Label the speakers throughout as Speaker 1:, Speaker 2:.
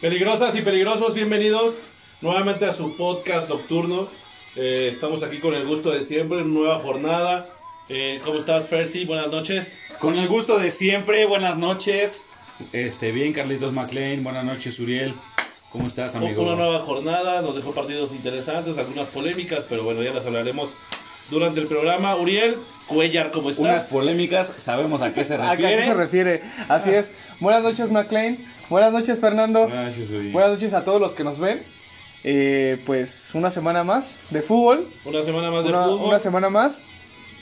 Speaker 1: Peligrosas y peligrosos, bienvenidos nuevamente a su podcast nocturno. Eh, estamos aquí con el gusto de siempre, nueva jornada. Eh, ¿Cómo estás, Fersi? Buenas noches.
Speaker 2: Con el gusto de siempre, buenas noches. Este, bien, Carlitos MacLean, buenas noches, Uriel. ¿Cómo estás, amigo?
Speaker 1: Una nueva jornada, nos dejó partidos interesantes, algunas polémicas, pero bueno, ya las hablaremos durante el programa. Uriel, Cuellar, ¿cómo estás?
Speaker 2: Unas polémicas, sabemos a qué se
Speaker 3: ¿A qué- a qué
Speaker 2: refiere.
Speaker 3: se refiere? Así es. Buenas noches, McLean. Buenas noches, Fernando.
Speaker 2: Gracias, Uriel.
Speaker 3: Buenas noches a todos los que nos ven. Eh, pues una semana más de fútbol.
Speaker 1: Una semana más de
Speaker 3: Una,
Speaker 1: fútbol.
Speaker 3: una semana más.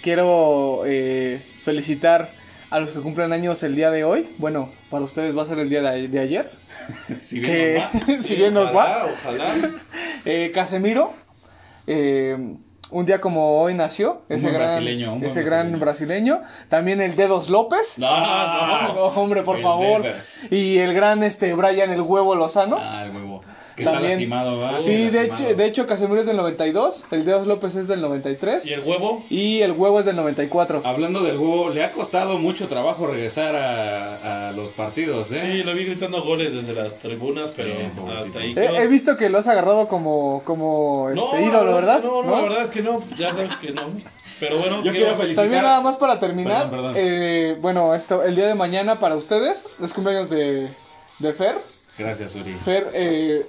Speaker 3: Quiero eh, felicitar a los que cumplen años el día de hoy. Bueno, para ustedes va a ser el día de, de ayer.
Speaker 2: Si bien
Speaker 3: Que,
Speaker 2: nos va.
Speaker 3: si bien nos va.
Speaker 1: ojalá, Ojalá.
Speaker 3: Eh, Casemiro. eh, un día como hoy nació.
Speaker 2: Un
Speaker 3: Ese
Speaker 2: buen
Speaker 3: gran
Speaker 2: brasileño, un buen
Speaker 3: ese gran brasileño. También el Dedos López.
Speaker 2: Ah,
Speaker 3: No, hombre, por
Speaker 2: El
Speaker 3: favor.
Speaker 2: Devers.
Speaker 3: Y el gran este Brian el huevo Lozano.
Speaker 2: Ah, el huevo. Que está
Speaker 3: También.
Speaker 2: lastimado, ¿va?
Speaker 3: Sí, de
Speaker 2: Lastimado.
Speaker 3: hecho, de hecho Casemiro es del 92, el Dedos López es del 93
Speaker 1: ¿Y el huevo?
Speaker 3: y el huevo es del 94.
Speaker 2: Hablando del huevo, le ha costado mucho trabajo regresar a, a los partidos,
Speaker 1: Sí,
Speaker 2: ¿eh?
Speaker 1: lo vi gritando goles desde las tribunas, pero
Speaker 2: Sí, pobrecito.
Speaker 1: hasta ahí.
Speaker 3: He, he visto que lo has agarrado como como este
Speaker 1: la
Speaker 3: ídolo,
Speaker 1: es que
Speaker 3: ¿verdad?
Speaker 1: No, no,
Speaker 3: ¿No?
Speaker 1: la verdad es que no, ya sabes que no. Pero bueno,
Speaker 2: Yo quiero felicitar.
Speaker 3: También nada más para terminar,
Speaker 2: Perdón, perdón.
Speaker 3: eh, bueno, esto el día de mañana para ustedes, los cumpleaños de, de Fer.
Speaker 2: Gracias, Uri.
Speaker 3: Fer, eh,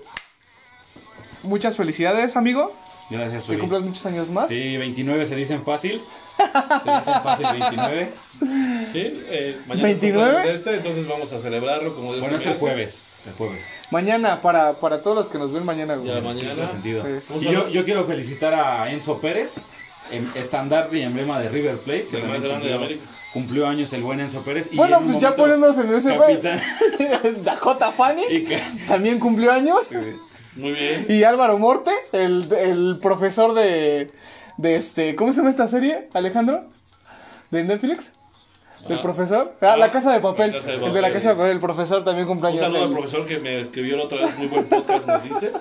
Speaker 3: muchas felicidades, amigo.
Speaker 2: Gracias,
Speaker 3: Que
Speaker 2: Uri.
Speaker 3: cumplas muchos años más.
Speaker 2: Sí, 29 se dicen fácil. Se dicen fácil 29.
Speaker 1: Sí, eh, mañana
Speaker 3: 29.
Speaker 1: es este, entonces vamos a celebrarlo como Dios
Speaker 2: Bueno, es el
Speaker 1: merece.
Speaker 2: jueves. El jueves.
Speaker 3: Mañana, para, para todos los que nos ven mañana, güey.
Speaker 1: Ya,
Speaker 2: En
Speaker 1: mañana.
Speaker 2: estricto sentido.
Speaker 3: Sí.
Speaker 2: Y yo, yo quiero felicitar a Enzo Pérez, em- estandarte y emblema de River Plate, que
Speaker 1: El más
Speaker 2: también
Speaker 1: grande de
Speaker 2: cumplió,
Speaker 1: América.
Speaker 2: cumplió años el buen Enzo Pérez. y
Speaker 3: Bueno,
Speaker 2: en un
Speaker 3: pues ya
Speaker 2: momento
Speaker 3: poniéndonos en ese güey.
Speaker 2: capitán.
Speaker 3: Dakota Fanny
Speaker 2: Y que-
Speaker 3: también cumplió años.
Speaker 1: Muy bien.
Speaker 3: Y Álvaro Morte, el, el profesor de, de este. ¿Cómo se llama esta serie, Alejandro? ¿De Netflix? ¿Del
Speaker 1: Ah.
Speaker 3: profesor? Ah, la casa de papel.
Speaker 1: La Casa de
Speaker 3: El de la
Speaker 1: Papel.
Speaker 3: casa de papel. El profesor también
Speaker 1: Un
Speaker 3: cumpleaños.
Speaker 1: saludo al
Speaker 3: el-
Speaker 1: profesor que me escribió la otra vez, muy buen podcast nos dice.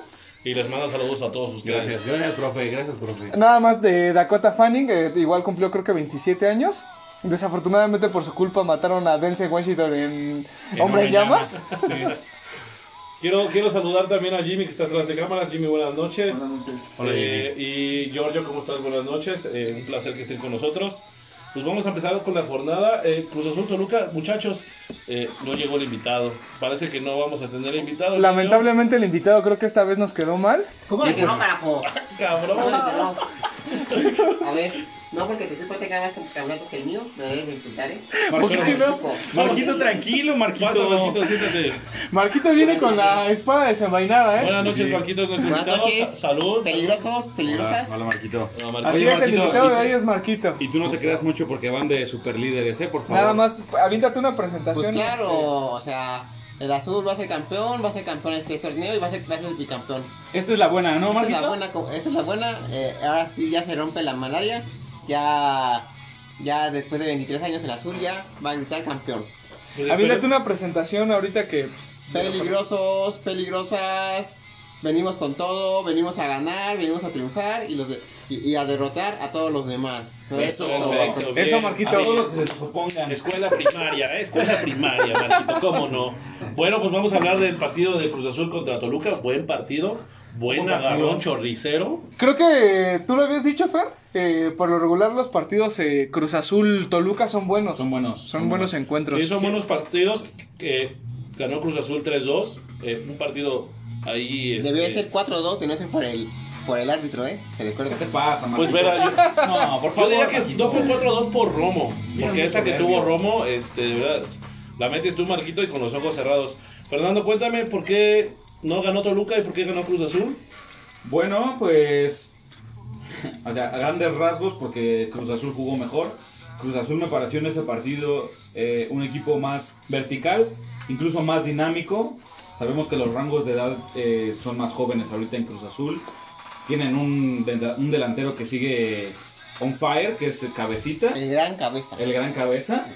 Speaker 1: Y les mando saludos a todos ustedes.
Speaker 2: Gracias, gracias, profe, gracias, profe.
Speaker 3: Nada más de Dakota Fanning, eh, igual cumplió creo que 27 años. Desafortunadamente por su culpa mataron a Denzel Washington en,
Speaker 2: En
Speaker 3: Hombre en Llamas.
Speaker 2: Sí.
Speaker 1: Quiero, quiero saludar también a Jimmy que está atrás de cámara. Jimmy, buenas noches.
Speaker 2: Hola,
Speaker 1: Eh, y Giorgio, ¿cómo estás? Buenas noches. Eh, un placer que estén con nosotros. Pues vamos a empezar con la jornada. Eh, Cruz Azul Toluca, muchachos, eh, no llegó el invitado. Parece que no vamos a tener invitado.
Speaker 3: Lamentablemente el invitado creo que esta vez nos quedó mal.
Speaker 4: ¿Cómo le quedó, carajo?
Speaker 1: niño. Cabrón.
Speaker 4: ¿Cómo le quedó? A ver, no porque tu equipo tenga más campeonatos que el mío, me debes de insultar, ¿eh?
Speaker 2: Marquito,
Speaker 4: Ay,
Speaker 3: no?
Speaker 4: chico.
Speaker 2: Marquito, tranquilo,
Speaker 1: Pasa, Marquito,
Speaker 2: Marquito.
Speaker 1: siéntate.
Speaker 3: Marquito viene con la espada desenvainada, ¿eh?
Speaker 1: Buenas noches,
Speaker 2: Sí.
Speaker 1: Marquito, nuestro
Speaker 4: Buenas
Speaker 1: invitado.
Speaker 4: noches.
Speaker 1: Sa- Salud.
Speaker 4: Peligrosos,
Speaker 2: Hola,
Speaker 4: peligrosas.
Speaker 2: hola, Marquito.
Speaker 1: No, Marquito.
Speaker 3: Así
Speaker 2: Oye,
Speaker 3: es, el
Speaker 2: Marquito,
Speaker 3: invitado de
Speaker 2: y-
Speaker 3: hoy es Marquito.
Speaker 2: Y tú no te creas mucho porque van de superlíderes, ¿eh? Por favor.
Speaker 3: Nada más, aviéntate una
Speaker 4: Pues
Speaker 3: presentación.
Speaker 4: claro, o sea, el azul va a ser campeón, va a ser campeón este torneo y va a ser, va a ser el bicampeón.
Speaker 2: Esta es la buena, ¿no,
Speaker 4: Esta es
Speaker 2: Marquito?
Speaker 4: la buena, co- esta es la buena. eh, ahora sí ya se rompe la malaria. Ya, ya después de 23 años el azul ya va a gritar campeón.
Speaker 1: Pues espero-
Speaker 3: Aviéntate una presentación ahorita que... pues,
Speaker 4: Peligrosos, peligrosas. Venimos con todo, venimos a ganar, venimos a triunfar y, los de- y, y a derrotar a todos los demás. ¿no?
Speaker 2: Eso,
Speaker 1: Perfecto,
Speaker 3: Eso,
Speaker 1: bien.
Speaker 3: Marquito.
Speaker 2: A todos los que se supongan.
Speaker 1: Escuela primaria, ¿eh? escuela primaria, Marquito, cómo no. Bueno, pues vamos a hablar del partido de Cruz Azul contra Toluca. Buen partido, buen
Speaker 2: Buen partido.
Speaker 1: agarrón chorricero.
Speaker 3: Creo que tú lo habías dicho, Fer. eh, por lo regular los partidos eh, Cruz Azul-Toluca son buenos.
Speaker 2: Son buenos.
Speaker 3: Son, buenos encuentros.
Speaker 1: Sí, son buenos partidos. que ganó Cruz Azul 3-2. eh, un partido ahí. este,
Speaker 4: Debió de ser 4-2 de no ser por el, por el árbitro, ¿eh? Se recuerda.
Speaker 2: ¿Qué te pasa,
Speaker 1: Pues
Speaker 2: Marquito?
Speaker 1: verá,
Speaker 2: No, por
Speaker 1: Yo
Speaker 2: favor.
Speaker 1: diría que
Speaker 2: Marquito.
Speaker 1: no fue 4-2 por Romo.
Speaker 2: Mira,
Speaker 1: Porque
Speaker 2: muy
Speaker 1: esa que
Speaker 2: soberbio.
Speaker 1: tuvo Romo, este, de verdad, la metes tú, Marquito, y con los ojos cerrados. Fernando, cuéntame por qué no ganó Toluca y por qué ganó Cruz Azul.
Speaker 2: Bueno, pues. O sea, a grandes rasgos, porque Cruz Azul jugó mejor. Cruz Azul me pareció en ese partido eh, un equipo más vertical, incluso más dinámico. Sabemos que los rangos de edad eh, son más jóvenes ahorita en Cruz Azul. Tienen un, de- un delantero que sigue on fire, que es el Cabecita,
Speaker 4: El gran cabeza.
Speaker 2: el gran cabeza.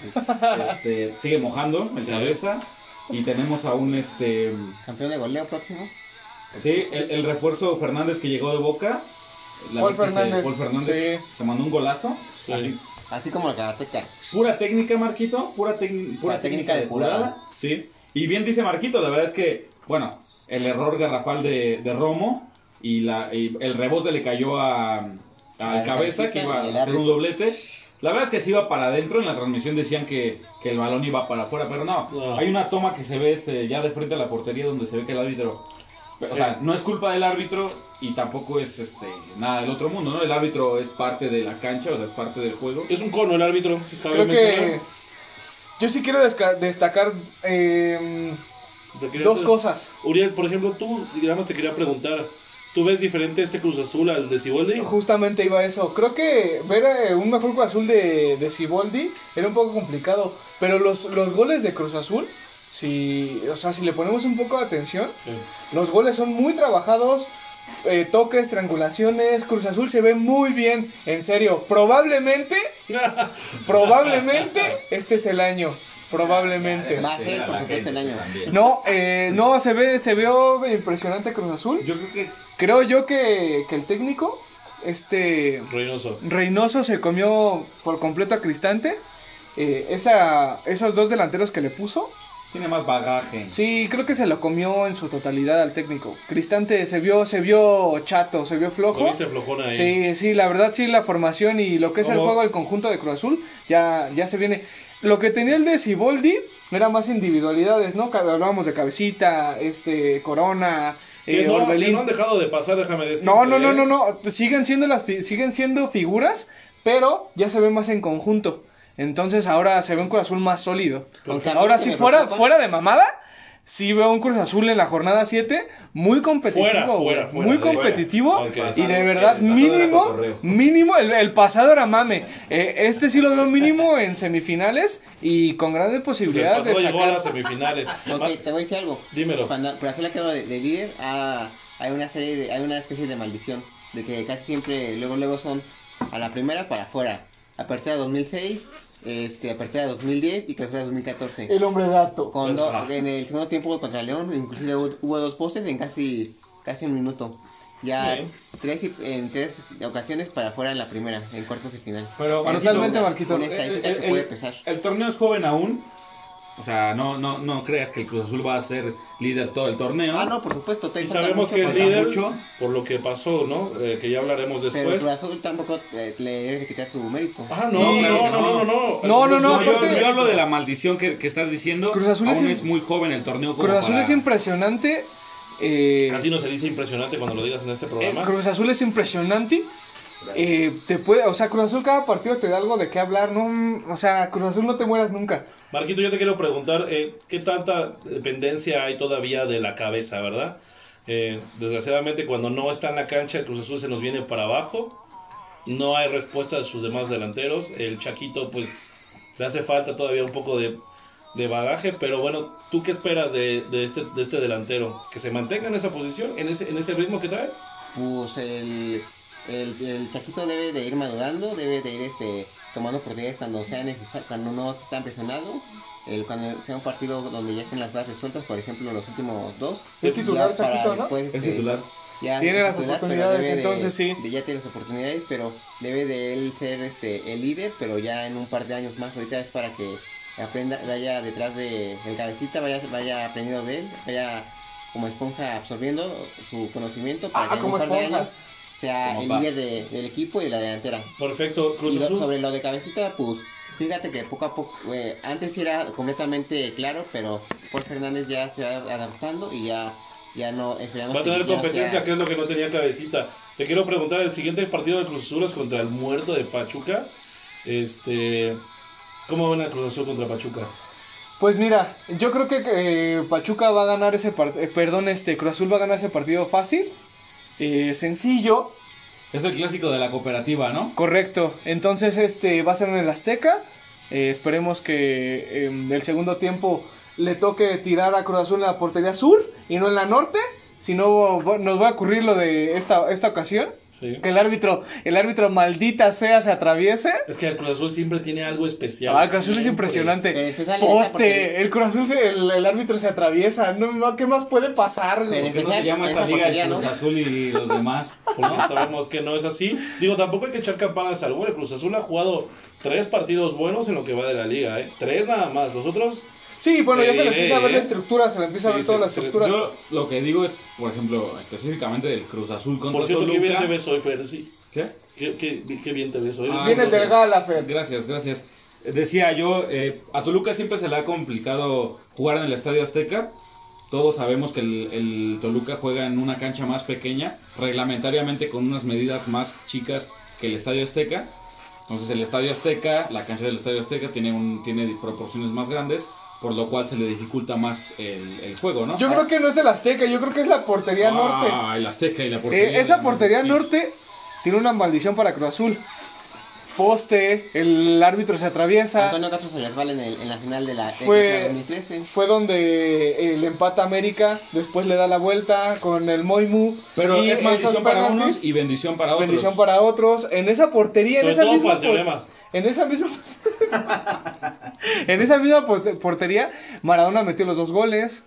Speaker 2: Este, sigue mojando el
Speaker 1: Sí.
Speaker 2: cabeza. Y tenemos a un este.
Speaker 4: Campeón de goleo próximo.
Speaker 2: Sí, el, el refuerzo Fernández que llegó de Boca. la
Speaker 3: Paul
Speaker 2: verdad que se-
Speaker 3: Fernández.
Speaker 2: Paul Fernández
Speaker 3: Sí.
Speaker 2: se mandó un golazo.
Speaker 1: Sí.
Speaker 2: Así,
Speaker 4: Así como el karateka.
Speaker 2: pura técnica, Marquito. Pura, tec- pura
Speaker 4: La técnica depurada.
Speaker 2: Sí. Y bien dice Marquito, la verdad es que bueno, el error garrafal de, de Romo y, la, y el rebote le cayó a, a
Speaker 4: Al
Speaker 2: cabeza,
Speaker 4: Cabecita
Speaker 2: que iba
Speaker 4: y el
Speaker 2: a hacer un
Speaker 4: árbitro.
Speaker 2: doblete. La verdad es que sí iba para adentro, en la transmisión decían que, que el balón iba para afuera, pero no.
Speaker 1: No.
Speaker 2: Hay una toma que se ve este, ya de frente a la portería donde se ve que el árbitro... O sea, no es culpa del árbitro y tampoco es este, nada del otro mundo, ¿no? El árbitro es parte de la cancha, o sea, es parte del juego.
Speaker 1: Es un cono el árbitro. cabe
Speaker 3: Creo que
Speaker 1: mencionar.
Speaker 3: yo sí quiero desca- destacar eh,
Speaker 1: Te quería
Speaker 3: dos
Speaker 1: hacer-
Speaker 3: cosas.
Speaker 1: Uriel, por ejemplo, tú, digamos, te quería preguntar. ¿Tú ves diferente este Cruz Azul al de Siboldi?
Speaker 3: Justamente iba a eso. Creo que ver eh, un mejor Cruz Azul de, de Siboldi era un poco complicado. Pero los, los goles de Cruz Azul, si, o sea, si le ponemos un poco de atención, los goles son muy trabajados. eh, toques, triangulaciones, Cruz Azul se ve muy bien, en serio. Probablemente, probablemente este es el año. Probablemente.
Speaker 4: Va a ser, por supuesto, el año.
Speaker 3: No, eh, no, se ve, se vio impresionante Cruz Azul.
Speaker 2: Yo creo que
Speaker 3: Creo yo que, que el técnico, este
Speaker 1: Reynoso.
Speaker 3: Reynoso se comió por completo a Cristante. Eh, esa, esos dos delanteros que le puso,
Speaker 2: tiene más bagaje.
Speaker 3: sí, creo que se lo comió en su totalidad al técnico. Cristante se vio, se vio chato, se vio
Speaker 1: Lo
Speaker 3: flojo.
Speaker 1: viste flojón ahí.
Speaker 3: Sí, sí, la verdad sí, la formación y lo que es el
Speaker 1: ¿Cómo?
Speaker 3: juego, el conjunto de Cruz Azul, ya, ya se viene. Lo que tenía el de Siboldi era más individualidades, ¿no? Ca- Hablábamos de Cabecita, este, Corona,
Speaker 1: Que
Speaker 3: eh,
Speaker 1: no, que
Speaker 3: Orbelín.
Speaker 1: no han dejado de pasar, déjame ¿eh? decir.
Speaker 3: No, no, no, no, no, siguen siendo las fi- siguen siendo figuras, pero ya se ve más en conjunto. Entonces ahora se ve un Cruz Azul más sólido.
Speaker 4: Aunque a mí
Speaker 3: Ahora
Speaker 4: lo que
Speaker 3: sí
Speaker 4: me
Speaker 3: fuera
Speaker 4: preocupa-
Speaker 3: fuera de mamada, sí veo un Cruz Azul en la jornada 7 muy competitivo,
Speaker 1: Fuera,
Speaker 3: güey,
Speaker 1: fuera, fuera,
Speaker 3: muy
Speaker 1: sí.
Speaker 3: competitivo
Speaker 1: Aunque
Speaker 3: y de
Speaker 5: pasado-
Speaker 3: verdad
Speaker 5: el pasado era
Speaker 3: mínimo
Speaker 5: cotorreo.
Speaker 3: mínimo el, el pasado era mame. Eh, este sí lo veo mínimo en semifinales y con grandes
Speaker 1: Pues el
Speaker 3: posibilidades
Speaker 1: pasado
Speaker 3: de
Speaker 1: llegó a
Speaker 3: sacar
Speaker 1: las semifinales.
Speaker 4: Ok, te voy a decir algo.
Speaker 1: Dímelo.
Speaker 4: Cuando Cruz Azul acaba de, de líder, ah, hay una serie de, hay una especie de maldición. De que casi siempre, luego, luego son a la primera para afuera. Apertura 2006, este, apertura 2010 y clausura 2014.
Speaker 3: el hombre dato.
Speaker 4: Cuando
Speaker 1: Ah.
Speaker 4: en el segundo tiempo contra León, inclusive hubo, hubo dos postes en casi casi un minuto. Ya
Speaker 1: Bien.
Speaker 4: tres y- en tres ocasiones para afuera en la primera, en cuartos de final.
Speaker 2: Pero
Speaker 4: Esa es
Speaker 3: Totalmente,
Speaker 4: una-
Speaker 3: Marquito. eh,
Speaker 4: una
Speaker 2: El-
Speaker 4: estadística
Speaker 2: el-
Speaker 4: que
Speaker 2: el-
Speaker 4: puede pesar.
Speaker 2: El torneo es joven aún. O sea, no, no, no creas que el Cruz Azul va a ser líder todo el torneo.
Speaker 4: Ah, no, por supuesto, te
Speaker 1: Y
Speaker 4: importa
Speaker 1: sabemos
Speaker 4: mucho
Speaker 1: que es
Speaker 4: cuando-
Speaker 1: líder
Speaker 2: mucho.
Speaker 1: por lo que pasó, ¿no? Eh, que ya hablaremos
Speaker 4: Pero Cruz
Speaker 1: después.
Speaker 4: Azul tampoco eh, le debe quitar su mérito.
Speaker 1: Ah, no,
Speaker 2: No, claro
Speaker 1: no,
Speaker 2: que
Speaker 1: no, no,
Speaker 2: no.
Speaker 1: no.
Speaker 3: No, no, no,
Speaker 2: yo,
Speaker 3: aparte-
Speaker 2: yo hablo de la maldición que, que estás diciendo.
Speaker 3: Cruz Azul
Speaker 2: aún
Speaker 3: es im-
Speaker 2: es, muy joven el torneo. como
Speaker 3: Cruz Azul
Speaker 2: para-
Speaker 3: es impresionante. eh,
Speaker 1: Así no se dice impresionante cuando lo digas en este
Speaker 3: Eh,
Speaker 1: programa.
Speaker 3: Cruz Azul es impresionante. Eh, te puede, o sea, Cruz Azul cada partido te da algo de qué hablar, no, Mm, o sea, Cruz Azul no te mueras nunca.
Speaker 1: Marquito, yo te quiero preguntar, eh, ¿qué tanta dependencia hay todavía de la cabeza, verdad? Eh, desgraciadamente, cuando no está en la cancha, el Cruz Azul se nos viene para abajo. No hay respuesta de sus demás delanteros. El Chaquito, pues, le hace falta todavía un poco de, de bagaje. Pero bueno, ¿tú qué esperas de, de este, de este delantero? ¿Que se mantenga en esa posición, en ese, en ese ritmo que trae?
Speaker 4: Pues el, el, el Chaquito debe de ir madurando, debe de ir este tomando oportunidades cuando sea necesario, cuando no esté tan presionado. El, cuando sea un partido donde ya estén las cosas resueltas, por ejemplo, los últimos dos.
Speaker 3: Es titular
Speaker 4: ya para
Speaker 3: Chaquito, ¿no?
Speaker 4: después,
Speaker 2: Es
Speaker 4: este,
Speaker 2: titular.
Speaker 4: ya
Speaker 3: Tiene
Speaker 4: es
Speaker 3: las
Speaker 4: pero
Speaker 3: oportunidades,
Speaker 4: debe de-
Speaker 3: entonces, sí.
Speaker 4: de- ya tiene las oportunidades, pero debe de él ser este el líder, pero ya en un par de años más. Ahorita es para que aprenda, vaya detrás de el cabecita, vaya, vaya aprendiendo de él, vaya como esponja absorbiendo su conocimiento para
Speaker 3: Ah,
Speaker 4: que en
Speaker 3: como
Speaker 4: un par de
Speaker 3: esponja.
Speaker 4: años sea
Speaker 2: Como
Speaker 4: el
Speaker 2: va.
Speaker 4: líder de- del equipo y de la delantera.
Speaker 1: Perfecto, Cruz
Speaker 4: Y lo-
Speaker 1: Azul.
Speaker 4: sobre lo de cabecita, pues fíjate que poco a poco, eh, antes sí era completamente claro, pero Paul Fernández ya se va adaptando y ya, ya no esperamos
Speaker 1: Va a
Speaker 4: que
Speaker 1: tener
Speaker 4: ya no
Speaker 1: competencia,
Speaker 4: sea-
Speaker 1: que es lo que no tenía cabecita. Te quiero preguntar, el siguiente partido de Cruz Azul es contra el muerto de Pachuca. Este, ¿Cómo van a Cruz Azul contra Pachuca?
Speaker 3: Pues mira, yo creo que eh, Pachuca va a ganar ese partido, perdón, este Cruz Azul va a ganar ese partido fácil, eh, sencillo,
Speaker 2: Es el clásico de la cooperativa, ¿no?
Speaker 3: correcto. Entonces este va a ser en el Azteca, Eh, esperemos que en el segundo tiempo le toque tirar a Cruz Azul en la portería sur y no en la norte, si no va- nos va a ocurrir lo de esta, esta ocasión.
Speaker 1: Sí.
Speaker 3: Que el árbitro, el árbitro maldita sea, se atraviese.
Speaker 1: Es que el Cruz Azul siempre tiene algo especial.
Speaker 3: Ah, el Cruz Azul es
Speaker 1: Siempre.
Speaker 4: Pero
Speaker 3: impresionante.
Speaker 4: especial esa
Speaker 3: Poste,
Speaker 4: portería.
Speaker 3: el Cruz Azul, se- el, el árbitro se atraviesa. No, no, ¿Qué más puede pasar? güey?
Speaker 2: ¿Por qué
Speaker 4: Pero-
Speaker 2: no se
Speaker 4: Especial,
Speaker 2: llama esta
Speaker 4: esa
Speaker 2: liga
Speaker 4: porquería,
Speaker 2: el Cruz
Speaker 4: ¿no?
Speaker 2: Azul y los demás?
Speaker 1: Porque sabemos que Pues no es así. Digo, tampoco hay que echar campanas al vuelo. El Cruz Azul ha jugado tres partidos buenos en lo que va de la liga. ¿eh? Tres nada más. Los otros
Speaker 3: Sí, bueno, ya
Speaker 1: Te
Speaker 3: se le
Speaker 1: diré,
Speaker 3: empieza a ver
Speaker 1: ¿eh?
Speaker 3: la estructura, se le empieza a
Speaker 1: Sí,
Speaker 3: ver toda
Speaker 1: se-
Speaker 3: la
Speaker 1: se-
Speaker 3: estructura.
Speaker 2: Yo lo que digo es, por ejemplo, específicamente del Cruz Azul contra
Speaker 1: Por cierto, qué bien
Speaker 2: Toluca.
Speaker 1: te ves hoy, Fer, sí.
Speaker 2: ¿Qué?
Speaker 1: Qué, qué- qué bien te ves hoy.
Speaker 2: Ah,
Speaker 3: Vienes
Speaker 2: entonces,
Speaker 3: delgada, Fer.
Speaker 2: Gracias, gracias. Decía yo, eh, a Toluca siempre se le ha complicado jugar en el Estadio Azteca. Todos sabemos que el, el Toluca juega en una cancha más pequeña, reglamentariamente con unas medidas más chicas que el Estadio Azteca. Entonces el Estadio Azteca, la cancha del Estadio Azteca tiene, un, tiene proporciones más grandes, por lo cual se le dificulta más el, el juego, ¿no?
Speaker 3: Yo creo que no es el Azteca, yo creo que es la portería norte.
Speaker 2: Ah, el Azteca y la portería.
Speaker 3: Eh, esa
Speaker 2: del-
Speaker 3: portería
Speaker 2: sí.
Speaker 3: norte tiene una maldición para Cruz Azul. Poste, el árbitro se atraviesa.
Speaker 4: Antonio Castro se resbala en, el- en la final de la de
Speaker 3: Fue-
Speaker 4: la 2013.
Speaker 3: Fue donde el empata América, después le da la vuelta con el Moimu.
Speaker 2: Pero
Speaker 3: y
Speaker 2: es maldición
Speaker 3: esos
Speaker 2: para
Speaker 3: penaltis,
Speaker 2: unos y bendición para otros.
Speaker 3: Bendición para otros. En esa portería,
Speaker 1: Sobre
Speaker 3: en esa
Speaker 1: todo
Speaker 3: misma.
Speaker 1: para el
Speaker 3: por-
Speaker 1: teorema.
Speaker 3: En esa misma. en esa misma por- portería, Maradona metió los dos goles.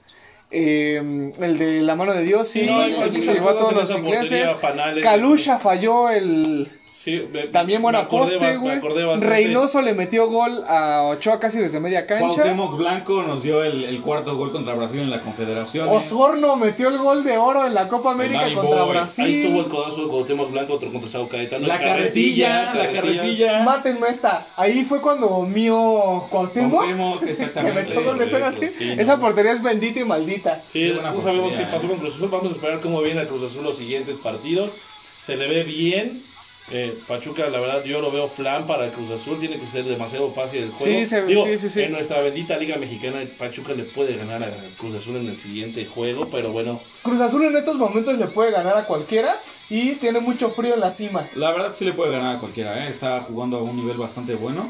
Speaker 3: eh, el de la mano de Dios, sí,
Speaker 1: Sí, no, hay-
Speaker 4: hay
Speaker 3: se
Speaker 4: muchas
Speaker 3: llevó a todos
Speaker 1: cosas
Speaker 3: los
Speaker 1: en esa
Speaker 3: ingleses.
Speaker 1: portería, panales.
Speaker 3: Calusha falló el.
Speaker 1: Sí, me-
Speaker 3: También
Speaker 1: me
Speaker 3: buena
Speaker 1: acordé
Speaker 3: poste,
Speaker 1: bas- me
Speaker 3: güey.
Speaker 1: acordé bastante.
Speaker 3: Reynoso le metió gol a Ochoa casi desde media cancha.
Speaker 2: Cuauhtémoc Blanco nos dio el, el cuarto gol contra Brasil en la Confederación.
Speaker 3: Oh, Osorno metió el gol de oro en la Copa América
Speaker 2: Dani
Speaker 3: contra
Speaker 2: Boy.
Speaker 3: Brasil.
Speaker 1: Ahí estuvo el codazo de Cuauhtémoc Blanco, otro contra Sao Caetano.
Speaker 2: La carretilla, la carretilla.
Speaker 3: Mátenme esta. Ahí fue cuando mío Cuauhtémoc
Speaker 2: Cuauhtémoc,
Speaker 3: que
Speaker 2: exactamente.
Speaker 3: metió gol de
Speaker 1: sí,
Speaker 3: penalti.
Speaker 1: sí, no.
Speaker 3: Esa portería es bendita y maldita.
Speaker 1: Sí,
Speaker 2: Qué buena
Speaker 1: no sabemos qué
Speaker 2: portería,
Speaker 1: pasó
Speaker 2: eh.
Speaker 1: con Cruz Azul. Vamos a esperar cómo viene a Cruz Azul los siguientes partidos. Se le ve bien. Eh, Pachuca, la verdad, yo lo veo flan para el Cruz Azul. Tiene que ser demasiado fácil el juego.
Speaker 3: Sí, se-
Speaker 1: Digo,
Speaker 3: sí, sí, sí.
Speaker 1: En nuestra bendita Liga Mexicana, Pachuca le puede ganar a Cruz Azul en el siguiente juego, pero bueno.
Speaker 3: Cruz Azul en estos momentos le puede ganar a cualquiera y tiene mucho frío en la cima.
Speaker 2: La verdad sí le puede ganar a cualquiera, ¿eh? está jugando a un nivel bastante bueno.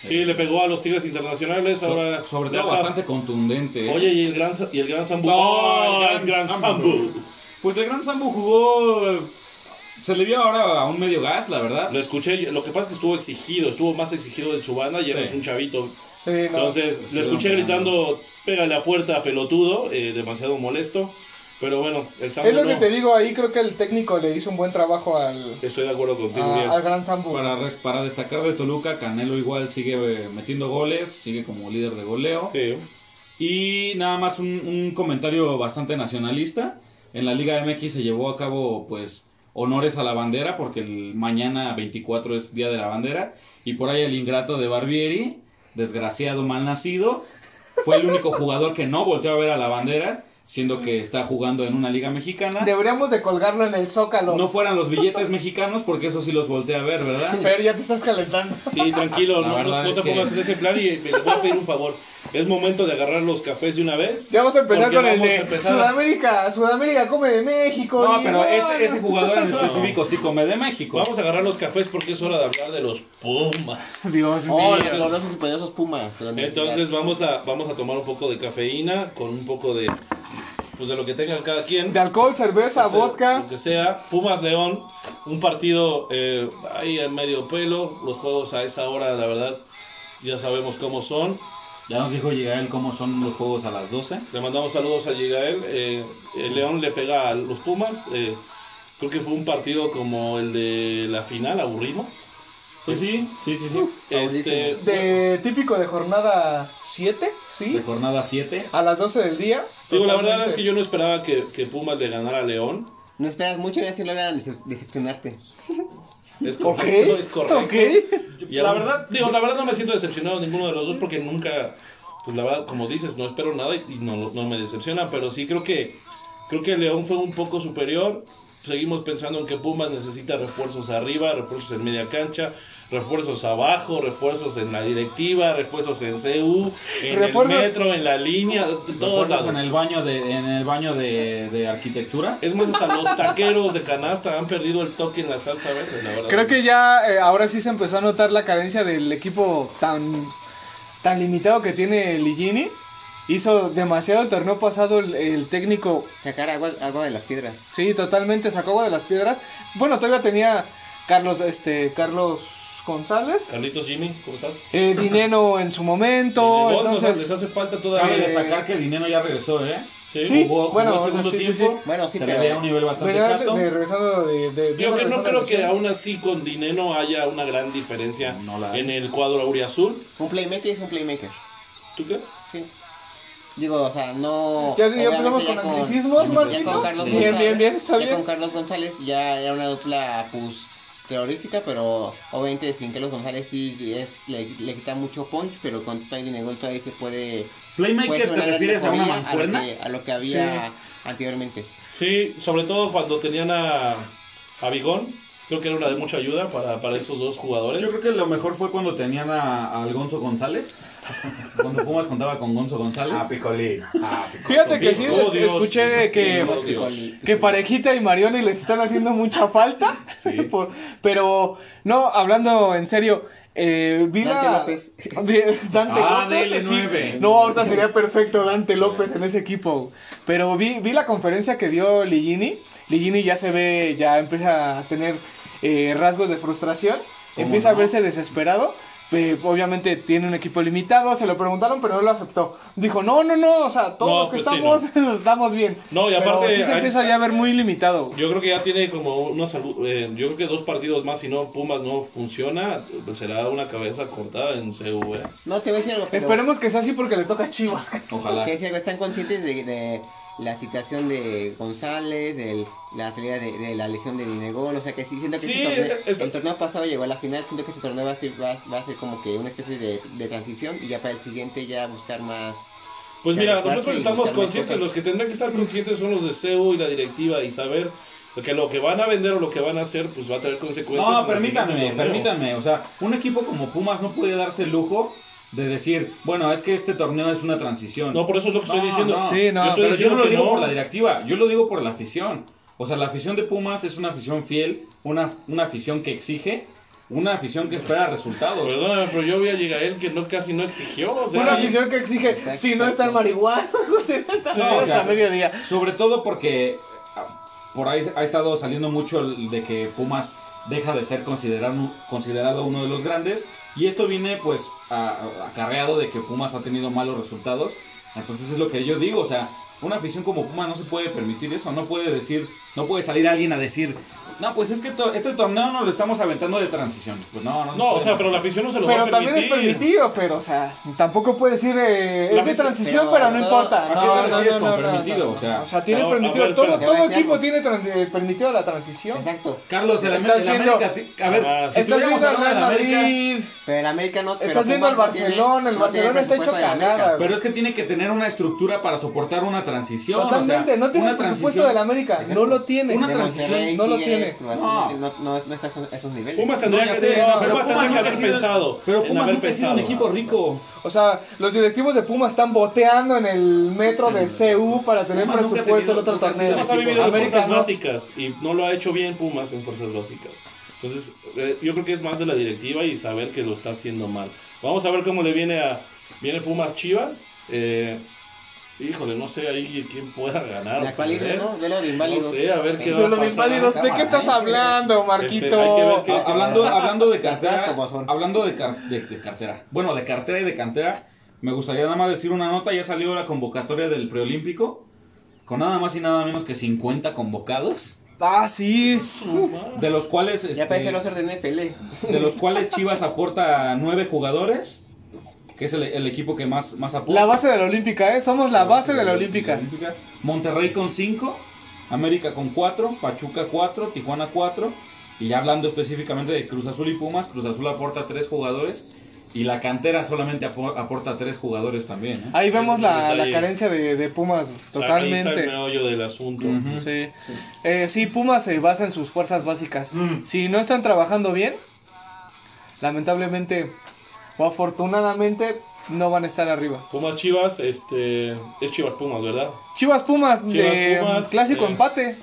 Speaker 1: Sí, le pegó a los Tigres Internacionales.
Speaker 2: So-
Speaker 1: ahora
Speaker 2: sobre
Speaker 1: le
Speaker 2: todo
Speaker 1: acaba-
Speaker 2: bastante contundente. ¿eh?
Speaker 1: Oye, y el gran, y el gran Sambu.
Speaker 2: No,
Speaker 1: ¡Oh, el
Speaker 2: el
Speaker 1: gran,
Speaker 2: gran
Speaker 1: Sambu!
Speaker 2: Sambu. Pues el Gran Sambu jugó... eh, Se le vio ahora a un medio gas, la verdad.
Speaker 1: Lo escuché, lo que pasa es que estuvo exigido, estuvo más exigido en su banda y él
Speaker 2: Sí.
Speaker 1: es un chavito.
Speaker 3: Sí, no.
Speaker 1: Entonces,
Speaker 2: Pues
Speaker 1: lo
Speaker 2: sí,
Speaker 1: escuché
Speaker 2: no.
Speaker 1: gritando, pega la puerta, pelotudo, eh, demasiado molesto. Pero bueno, el Sambo
Speaker 3: es lo que
Speaker 1: no.
Speaker 3: te digo, ahí creo que el técnico le hizo un buen trabajo al,
Speaker 1: Estoy de acuerdo contigo,
Speaker 3: a-
Speaker 1: bien.
Speaker 3: al Gran Zambu.
Speaker 2: Para, res- para destacar de Toluca, Canelo igual sigue eh, metiendo goles, sigue como líder de goleo.
Speaker 1: Sí.
Speaker 2: Y nada más un, un comentario bastante nacionalista. En la Liga MX se llevó a cabo, pues, honores a la bandera, porque el mañana 24 es Día de la Bandera. Y por ahí el ingrato de Barbieri, desgraciado mal nacido, fue el único jugador que no volteó a ver a la bandera, siendo que está jugando en una Liga Mexicana.
Speaker 3: Deberíamos de colgarlo en el Zócalo.
Speaker 2: No fueran los billetes mexicanos, porque eso sí los volteé a ver, ¿verdad?
Speaker 3: Fer, ya te estás calentando.
Speaker 1: Sí, tranquilo, no,
Speaker 2: La
Speaker 1: no,
Speaker 2: verdad
Speaker 1: no
Speaker 2: es
Speaker 1: se
Speaker 2: que-
Speaker 1: pongas en ese plan y me les voy a pedir un favor. Es momento de agarrar los cafés de una vez.
Speaker 3: Ya vamos a empezar
Speaker 1: porque
Speaker 3: con el
Speaker 1: vamos
Speaker 3: de
Speaker 1: a empezar-
Speaker 3: Sudamérica. Sudamérica come de México.
Speaker 2: No,
Speaker 3: y
Speaker 2: pero
Speaker 3: bueno.
Speaker 2: este- ese jugador en específico sí come de México.
Speaker 1: Vamos a agarrar los cafés porque es hora de hablar de los Pumas.
Speaker 3: Dios
Speaker 4: Oh,
Speaker 3: mío.
Speaker 4: los gloriosos y poderosos Pumas. de la universidad.
Speaker 1: Entonces vamos a, vamos a tomar un poco de cafeína con un poco de, pues de lo que tengan cada quien.
Speaker 3: De alcohol, cerveza,
Speaker 1: Lo que sea-
Speaker 3: vodka.
Speaker 1: Lo que sea. Pumas León, un partido eh, ahí en medio pelo. Los juegos a esa hora, la verdad, ya sabemos cómo son.
Speaker 2: Ya nos dijo Yael cómo son los juegos a las 12.
Speaker 1: Le mandamos saludos a Yigael. Eh, el León le pega a los Pumas. eh, creo que fue un partido como el de la final, aburrido.
Speaker 2: Pues sí, sí, sí, sí.
Speaker 1: Este,
Speaker 3: De típico de jornada 7,
Speaker 2: De
Speaker 3: ¿sí? Ah,
Speaker 2: jornada 7.
Speaker 3: A las 12 del día.
Speaker 1: digo, la verdad es que yo no esperaba que, que Pumas le ganara a León.
Speaker 4: No esperas mucho de ese logran decep- decepcionarte.
Speaker 1: Es
Speaker 3: Ok.
Speaker 1: correcto, es correcto.
Speaker 3: Ok.
Speaker 1: Y la verdad, digo, la verdad no me siento decepcionado de ninguno de los dos porque nunca, pues la verdad, como dices, no espero nada y, y no, no me decepciona, pero sí creo que creo que León fue un poco superior. Seguimos pensando en que Pumas necesita refuerzos arriba, refuerzos en media cancha, refuerzos abajo, refuerzos en la directiva, refuerzos en CU, en
Speaker 3: Refuerzos-
Speaker 1: el metro, en la línea, de todos
Speaker 2: Refuerzos
Speaker 1: lados.
Speaker 2: en el baño de, en el baño de, de arquitectura.
Speaker 1: Es más, hasta los taqueros de canasta han perdido el toque en la salsa verde, la verdad.
Speaker 3: Creo que ya eh, ahora sí se empezó a notar la carencia del equipo tan, tan limitado que tiene Ligini. Hizo demasiado el torneo pasado el, el técnico.
Speaker 4: Sacar agua, agua de las piedras.
Speaker 3: Sí, totalmente sacó agua de las piedras. Bueno, todavía tenía Carlos, este, Carlos González.
Speaker 1: Carlitos Jimmy, ¿cómo estás?
Speaker 3: eh, Dineno en su momento.
Speaker 1: Gol, no,
Speaker 3: entonces,
Speaker 1: les hace falta
Speaker 2: Cabe
Speaker 1: todavía.
Speaker 2: destacar que Dinero ya regresó, ¿eh?
Speaker 3: Sí,
Speaker 2: Jugó, jugó
Speaker 3: bueno,
Speaker 2: el segundo
Speaker 3: sí, sí, sí.
Speaker 2: tiempo.
Speaker 4: Bueno, sí,
Speaker 2: se
Speaker 4: pero-
Speaker 2: le veía un nivel bastante
Speaker 3: Venía
Speaker 2: chato.
Speaker 3: de- regresando de, de-
Speaker 1: Yo que no
Speaker 3: regresando
Speaker 1: creo
Speaker 3: de
Speaker 1: que
Speaker 3: lesión.
Speaker 1: aún así con Dineno haya una gran diferencia
Speaker 2: No la hay.
Speaker 1: en el cuadro auriazul.
Speaker 4: Un playmaker es un playmaker.
Speaker 1: ¿Tú qué?
Speaker 4: Sí. Digo, o sea, no.
Speaker 3: Ya, sí, ya
Speaker 4: obviamente
Speaker 3: empezamos
Speaker 4: ya
Speaker 3: con anglicismos,
Speaker 1: ya
Speaker 4: ya con
Speaker 3: Marquito.
Speaker 4: Carlos
Speaker 3: Bien,
Speaker 4: González.
Speaker 3: bien, bien, está
Speaker 4: ya con
Speaker 3: bien.
Speaker 4: Carlos González ya era una dupla, pues, terrorífica, pero obviamente sin Carlos González sí es, le, le quita mucho punch, pero con Tiny Negol todavía se puede. puede
Speaker 2: ¿Playmaker
Speaker 4: hacer
Speaker 2: te
Speaker 4: pues, gran
Speaker 2: refieres a una
Speaker 4: mejoría lo
Speaker 2: mancuerna?
Speaker 4: que- A lo que, había anteriormente.
Speaker 1: Sí, sobre todo cuando tenían a, a Bigón, creo que era una de mucha ayuda para, para esos dos jugadores.
Speaker 2: Pues Yo creo que lo mejor fue cuando tenían a, al Gonzo González. cuando Pumas contaba con Gonzo González.
Speaker 5: Ah, picolín. Ah, picolín.
Speaker 3: Fíjate que sí,
Speaker 1: Oh,
Speaker 3: es-
Speaker 1: Dios.
Speaker 3: escuché que,
Speaker 1: Oh, Dios.
Speaker 3: que Parejita y Marioni les están haciendo mucha falta.
Speaker 1: Sí.
Speaker 3: Por- pero, no, hablando en serio, eh, vi
Speaker 4: Dante
Speaker 3: la-
Speaker 4: López.
Speaker 3: vi- Dante
Speaker 2: Ah,
Speaker 3: López,
Speaker 2: DL9.
Speaker 3: sí. No, ahorita sería perfecto Dante López en ese equipo. Pero vi, vi la conferencia que dio Ligini. Ligini ya se ve, ya empieza a tener eh, rasgos de frustración.
Speaker 2: ¿Cómo
Speaker 3: Empieza a
Speaker 2: no?
Speaker 3: verse desesperado. Eh, obviamente tiene un equipo limitado, se lo preguntaron, pero no lo aceptó. Dijo, no, no, no, o sea, todos
Speaker 1: No,
Speaker 3: los que
Speaker 1: pues sí,
Speaker 3: estamos, estamos bien.
Speaker 1: No, y
Speaker 3: Pero
Speaker 1: aparte,
Speaker 3: sí se
Speaker 1: hay-
Speaker 3: empieza ya a ver muy limitado.
Speaker 1: Yo creo que ya tiene como unos. algu- eh, yo creo que dos partidos más, si no Pumas no funciona, pues será una cabeza cortada en ¿eh? CV.
Speaker 4: No, te voy a decir algo, pero.
Speaker 3: Esperemos que sea así porque le toca a Chivas.
Speaker 2: Ojalá.
Speaker 4: Te voy a decir algo, están conscientes de, de la situación de González, de la salida de, de la lesión de Dinegol, o sea que sí, siento que
Speaker 1: Sí,
Speaker 4: este torneo-
Speaker 1: es-
Speaker 4: el torneo pasado llegó a la final, siento que este torneo va a ser, va, va a ser como que una especie de, de transición y ya para el siguiente ya buscar más...
Speaker 1: Pues mira,
Speaker 4: Claro,
Speaker 1: nosotros
Speaker 4: sí,
Speaker 1: estamos
Speaker 4: buscar más
Speaker 1: conscientes,
Speaker 4: cosas.
Speaker 1: los que tendrán que estar conscientes son los de CEU y la directiva y saber que lo que van a vender o lo que van a hacer, pues va a tener consecuencias.
Speaker 2: No,
Speaker 1: en el siguiente
Speaker 2: permítanme,
Speaker 1: torneo.
Speaker 2: permítanme. O sea, un equipo como Pumas no puede darse el lujo de decir, bueno, es que este torneo es una transición.
Speaker 1: No, por eso es lo que estoy diciendo.
Speaker 2: No,
Speaker 3: Sí, no,
Speaker 1: yo estoy
Speaker 2: pero yo
Speaker 1: diciendo
Speaker 2: no lo
Speaker 1: que
Speaker 2: digo
Speaker 1: no.
Speaker 2: por la directiva, yo lo digo por la afición. O sea, la afición de Pumas es una afición fiel, una, una afición que exige, una afición que espera resultados.
Speaker 1: Perdóname, pero yo vi a Llegael que no, casi no exigió. O sea,
Speaker 3: Una
Speaker 1: ahí-
Speaker 3: afición que exige,
Speaker 4: Exacto.
Speaker 3: si no están marihuanos, o sea, están
Speaker 2: No, o sea,
Speaker 3: a mediodía.
Speaker 2: Sobre todo porque ah, por ahí ha estado saliendo mucho el de que Pumas deja de ser considerado, considerado uno de los grandes. Y esto viene pues a- a- acarreado de que Pumas ha tenido malos resultados. Entonces es lo que yo digo, o sea, una afición como Puma no se puede permitir eso, no puede decir, no puede salir alguien a decir, no, pues es que to- este torneo nos lo estamos aventando de transición. Pues no, no. se
Speaker 1: No, o
Speaker 2: puede.
Speaker 1: sea, pero la afición no se lo va
Speaker 3: Pero
Speaker 1: a
Speaker 3: también es
Speaker 1: permitir.
Speaker 3: permitido, pero, o sea, tampoco puede decir, eh,
Speaker 1: La
Speaker 3: es de
Speaker 1: mesa-
Speaker 3: transición, pero,
Speaker 4: pero
Speaker 3: no
Speaker 4: todo-
Speaker 3: importa.
Speaker 4: ¿a
Speaker 2: qué
Speaker 3: No,
Speaker 2: te
Speaker 3: no,
Speaker 2: refieres
Speaker 3: no,
Speaker 2: con
Speaker 3: no, no,
Speaker 2: permitido?
Speaker 3: no,
Speaker 2: O sea,
Speaker 3: no. o sea, tiene
Speaker 1: no, a
Speaker 3: permitido,
Speaker 1: ver,
Speaker 3: todo,
Speaker 1: espérate.
Speaker 4: Te voy a
Speaker 3: todo
Speaker 4: decir
Speaker 3: equipo
Speaker 4: algo.
Speaker 3: tiene tran- eh, permitido la transición.
Speaker 4: Exacto,
Speaker 2: Carlos, el, Am-
Speaker 3: Estás
Speaker 2: el
Speaker 3: viendo-
Speaker 2: América, ti- a ver,
Speaker 1: Ah,
Speaker 2: si
Speaker 3: Estás
Speaker 2: estuviéramos
Speaker 3: viendo al
Speaker 2: hablando
Speaker 3: Real
Speaker 2: del América-
Speaker 3: Madrid,
Speaker 4: pero el América no... pero
Speaker 3: estás viendo al
Speaker 4: Pumas no tiene-
Speaker 3: Barcelona, el
Speaker 4: no tiene
Speaker 3: Barcelona está hecho
Speaker 4: presupuesto del América.
Speaker 3: cagada.
Speaker 2: Pero es que tiene que tener una estructura para soportar una transición.
Speaker 3: totalmente,
Speaker 2: o sea,
Speaker 3: no tiene
Speaker 2: una
Speaker 3: el presupuesto
Speaker 2: transición-
Speaker 3: del América, no lo tiene.
Speaker 2: Una
Speaker 4: De
Speaker 2: transición,
Speaker 4: Monterrey,
Speaker 3: no lo
Speaker 4: Tigres,
Speaker 3: tiene.
Speaker 4: Cruz Azul,
Speaker 2: No.
Speaker 4: No, no, no está a esos niveles.
Speaker 1: Pumas tendría
Speaker 2: No,
Speaker 1: que
Speaker 2: ya sé,
Speaker 1: ser.
Speaker 2: no,
Speaker 1: Pumas
Speaker 2: pero Pumas
Speaker 1: tendría que
Speaker 2: nunca ha
Speaker 1: haber
Speaker 2: sido-
Speaker 1: pensado.
Speaker 2: Pero
Speaker 1: en
Speaker 2: Pumas
Speaker 1: haber
Speaker 2: nunca ha sido un
Speaker 1: pensado.
Speaker 2: equipo rico.
Speaker 3: O sea, los directivos de Puma están boteando en el metro de CU para tener
Speaker 2: Puma nunca ha
Speaker 3: presupuesto
Speaker 2: tenido-
Speaker 3: el otro
Speaker 2: nunca ha sido
Speaker 3: torneo.
Speaker 1: Pumas ha vivido de
Speaker 3: América
Speaker 1: fuerzas
Speaker 3: no.
Speaker 1: básicas y no lo ha hecho bien Pumas en fuerzas básicas. Entonces, eh, yo creo que es más de la directiva y saber que lo está haciendo mal. Vamos a ver cómo le viene a viene Pumas Chivas. Eh, híjole, no sé ahí quién pueda ganar.
Speaker 4: De
Speaker 1: o
Speaker 4: actual líder,
Speaker 1: perder.
Speaker 4: ¿no? De los
Speaker 1: pues,
Speaker 4: de
Speaker 1: ¿eh? No
Speaker 4: inválidos.
Speaker 1: sé, a ver qué va
Speaker 3: De
Speaker 1: a
Speaker 3: los
Speaker 1: pasar.
Speaker 3: inválidos, ¿de qué estás hablando,
Speaker 1: Este, hay que ver
Speaker 3: Marquito?
Speaker 1: qué-
Speaker 2: Ah, hablando, hablando de
Speaker 4: Las cosas
Speaker 2: cartera,
Speaker 4: como son.
Speaker 2: hablando de, car- de- de cartera, bueno, de cartera y de cantera, me gustaría nada más decir una nota, ya salió la convocatoria del preolímpico, con nada más y nada menos que 50 convocados,
Speaker 3: Ah, sí.
Speaker 2: de los cuales, este,
Speaker 4: Ya parece el ser de NFL.
Speaker 2: de los cuales Chivas aporta 9 jugadores, que es el, el equipo que más, más aporta.
Speaker 3: La base de la Olímpica, ¿eh? Somos la base de la Olímpica.
Speaker 2: Monterrey con 5, América con 4, Pachuca 4, Tijuana 4. Y ya hablando específicamente de Cruz Azul y Pumas, Cruz Azul aporta 3 jugadores y la cantera solamente apo- aporta 3 jugadores también. ¿eh?
Speaker 3: Ahí vemos la, la
Speaker 1: Ahí.
Speaker 3: carencia de, de Pumas,
Speaker 1: Ahí está el
Speaker 3: totalmente.
Speaker 1: meollo del asunto.
Speaker 2: Ujú.
Speaker 3: Sí. Eh, sí, Pumas se basa en sus fuerzas básicas. Si no están trabajando bien, lamentablemente o afortunadamente no van a estar arriba.
Speaker 1: Pumas Chivas, este. Es Chivas Pumas, ¿verdad?
Speaker 3: Chivas Pumas,
Speaker 1: Chivas
Speaker 3: de
Speaker 1: Pumas,
Speaker 3: clásico
Speaker 1: eh,
Speaker 3: empate.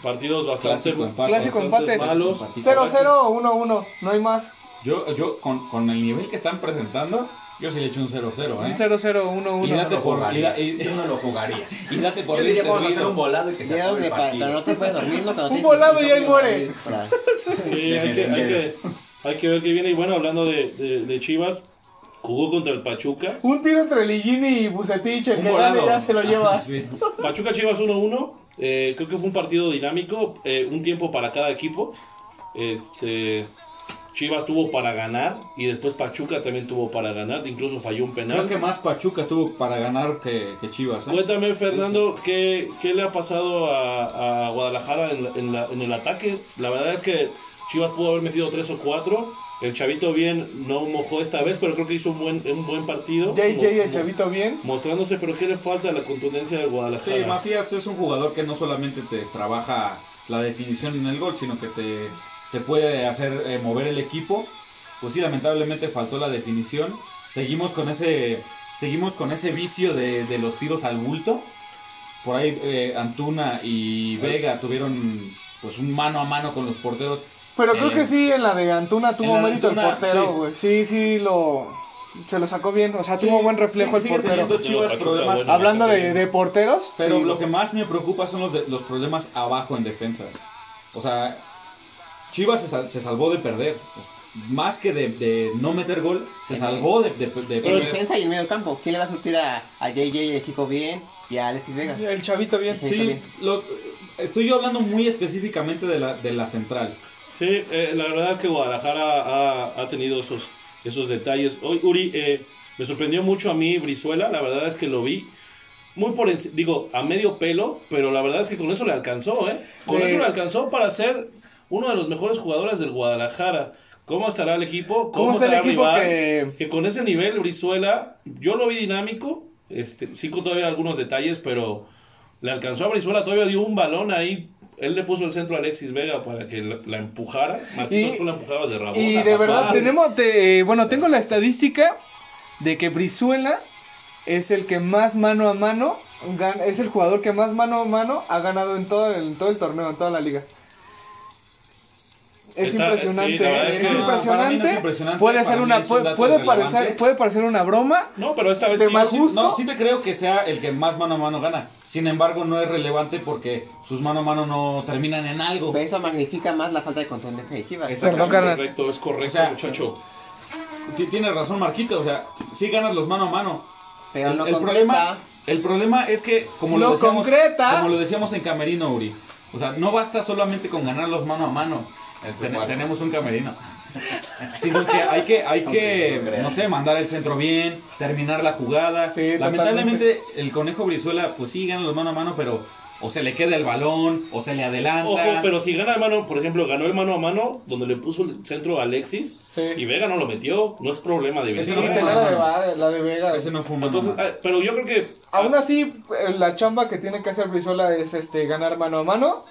Speaker 1: Partidos bastante.
Speaker 2: Clásico empate.
Speaker 3: Clásico
Speaker 1: bastante
Speaker 3: empate.
Speaker 1: Malos.
Speaker 3: 0-0, 1-1, no hay más.
Speaker 2: Yo, yo con, con el nivel que están presentando, yo sí le echo un 0-0.
Speaker 3: Un
Speaker 2: ¿eh?
Speaker 3: 0-0,
Speaker 2: Y
Speaker 3: 1-1.
Speaker 2: date
Speaker 5: Yo
Speaker 2: por, y
Speaker 5: no
Speaker 2: da-
Speaker 5: jugaría.
Speaker 2: y-
Speaker 5: Yo no lo jugaría.
Speaker 2: y date por
Speaker 5: Yo diría,
Speaker 2: bien
Speaker 5: vamos a hacer
Speaker 2: servido.
Speaker 5: un volado y que
Speaker 4: Ya
Speaker 5: se acabe
Speaker 4: donde
Speaker 5: el
Speaker 4: para,
Speaker 5: partido.
Speaker 4: no te puedes dormir, ¿no? Cuando
Speaker 3: Un
Speaker 4: tienes
Speaker 3: volado y ahí
Speaker 4: insomnio,
Speaker 3: muere.
Speaker 4: para-
Speaker 1: Sí, hay que, hay, que, hay que ver qué viene. Y bueno, hablando de, de- de Chivas, jugó contra el Pachuca.
Speaker 3: Un tiro entre Ligini y Bucetich, el
Speaker 2: Un
Speaker 3: que gane
Speaker 2: volado.
Speaker 3: ya se lo lleva.
Speaker 2: Sí.
Speaker 1: Pachuca Chivas 1-1. Eh, creo que fue un partido dinámico, eh, un tiempo para cada equipo. Este, Chivas tuvo para ganar y después Pachuca también tuvo para ganar, incluso falló un penal.
Speaker 2: Creo que más Pachuca tuvo para ganar que, que Chivas. ¿eh?
Speaker 1: Cuéntame, Fernando, ¿qué, qué le ha pasado a, a Guadalajara en, la- en la- en el ataque? La verdad es que Chivas pudo haber metido tres o cuatro. El Chavito bien no mojó esta vez, pero creo que hizo un buen, un buen partido.
Speaker 3: JJ,
Speaker 1: Mo-
Speaker 3: el chavito bien.
Speaker 1: Mostrándose, pero ¿qué le falta a la contundencia de
Speaker 2: Sí,
Speaker 1: Guadalajara?
Speaker 2: Macías es un jugador que no solamente te trabaja la definición en el gol, sino que te, te puede hacer eh, mover el equipo. Pues sí, lamentablemente faltó la definición. Seguimos con ese, seguimos con ese vicio de, de los tiros al bulto. Por ahí eh, Antuna y Vega tuvieron pues un mano a mano con los porteros.
Speaker 3: Pero creo
Speaker 2: Eh,
Speaker 3: que sí, en la de Antuna
Speaker 2: en
Speaker 3: tuvo
Speaker 2: la de
Speaker 3: mérito el
Speaker 2: Antuna,
Speaker 3: portero,
Speaker 2: sí.
Speaker 3: güey. Sí, sí, lo. Se lo sacó bien, o sea, tuvo
Speaker 2: Sí,
Speaker 3: buen reflejo
Speaker 2: sí,
Speaker 3: el
Speaker 2: sigue teniendo
Speaker 3: portero.
Speaker 2: Chivas
Speaker 1: Pachuca,
Speaker 2: problemas,
Speaker 1: bueno.
Speaker 3: Hablando de, de porteros,
Speaker 2: pero
Speaker 3: sí,
Speaker 2: lo que más me preocupa son los, de- los problemas abajo en defensa. O sea, Chivas se, sal- se salvó de perder. Más que de, de no meter gol, se
Speaker 4: En
Speaker 2: salvó de, de- de
Speaker 4: En
Speaker 2: perder.
Speaker 4: defensa y en medio campo, ¿quién le va a surtir a, a JJ, el chico bien, y a Alexis Vega?
Speaker 3: el chavito bien.
Speaker 4: Sí.
Speaker 2: Sí, lo- estoy yo hablando muy específicamente de la, de la central.
Speaker 1: Sí, eh, la verdad es que Guadalajara ha, ha tenido esos, esos detalles. Hoy, Uri, eh, me sorprendió mucho a mí Brizuela, la verdad es que lo vi muy por enci- digo, a medio pelo, pero la verdad es que con eso le alcanzó, ¿eh? Con
Speaker 3: Sí.
Speaker 1: eso le alcanzó para ser uno de los mejores jugadores del Guadalajara. ¿Cómo estará el equipo?
Speaker 3: ¿Cómo está el
Speaker 1: estará
Speaker 3: equipo
Speaker 1: rival?
Speaker 3: que-
Speaker 1: que con ese nivel Brizuela, yo lo vi dinámico, este, sí con todavía algunos detalles, pero le alcanzó a Brizuela, todavía dio un balón ahí, él le puso el centro a Alexis Vega para que la, la empujara, Matitos
Speaker 3: Y-
Speaker 1: tú la empujabas de rabona.
Speaker 3: Y de
Speaker 1: papá.
Speaker 3: verdad, tenemos, te- eh, bueno, tengo la estadística de que Brizuela es el que más mano a mano, gan- es el jugador que más mano a mano ha ganado en todo, el- en todo el torneo, en toda la liga. Es
Speaker 1: Está-
Speaker 3: impresionante,
Speaker 1: sí, la verdad
Speaker 3: es,
Speaker 1: es que-
Speaker 2: para mí no
Speaker 3: impresionante.
Speaker 2: es impresionante,
Speaker 3: Puede
Speaker 2: para
Speaker 3: ser
Speaker 2: mí
Speaker 3: una,
Speaker 2: es un
Speaker 3: puede,
Speaker 2: dato
Speaker 3: puede
Speaker 2: relevante.
Speaker 3: parecer, puede parecer una broma.
Speaker 1: No, pero esta vez
Speaker 3: de
Speaker 1: sí,
Speaker 3: mal
Speaker 1: sí,
Speaker 3: gusto.
Speaker 2: No, sí te creo que sea el que más mano a mano gana. Sin embargo, no es relevante porque sus mano a mano no terminan en algo.
Speaker 4: Pero eso magnifica más la falta de contundencia de Chivas.
Speaker 1: es
Speaker 3: Perdón, carnal.
Speaker 1: correcto, es correcto,
Speaker 2: O sea,
Speaker 1: muchacho.
Speaker 2: Ti- Tienes razón, Marquito. O sea, sí ganas los mano a mano,
Speaker 4: Pero
Speaker 2: el,
Speaker 4: no
Speaker 2: el
Speaker 4: concreta.
Speaker 2: problema, el problema es que, como lo,
Speaker 3: No
Speaker 2: decíamos,
Speaker 3: concreta.
Speaker 2: como lo decíamos en Camerino, Uri, o sea, no basta solamente con ganarlos mano a mano. Ten-
Speaker 5: cual.
Speaker 2: tenemos un camerino. Sino que hay que, hay que
Speaker 5: Aunque no lo crean.
Speaker 2: no sé, mandar el centro bien, terminar la jugada.
Speaker 3: Sí,
Speaker 2: Lamentablemente, el conejo Brizuela, pues sí, gana los mano a mano, pero o se le queda el balón, o se le adelanta.
Speaker 1: Ojo, pero si gana el mano, por ejemplo, ganó el mano a mano, donde le puso el centro a Alexis,
Speaker 3: Sí.
Speaker 1: y Vega no lo metió, no es problema de
Speaker 2: Ese
Speaker 1: Vega.
Speaker 2: no
Speaker 3: Sí,
Speaker 2: fue
Speaker 3: te
Speaker 2: mano a
Speaker 3: la de
Speaker 2: mano.
Speaker 3: Va- la de Vega.
Speaker 2: Ese no fue un mano a
Speaker 1: Entonces,
Speaker 2: mano.
Speaker 1: ah, pero yo creo que...
Speaker 3: Aún así, eh, la chamba que tiene que hacer Brizuela es este ganar mano a mano.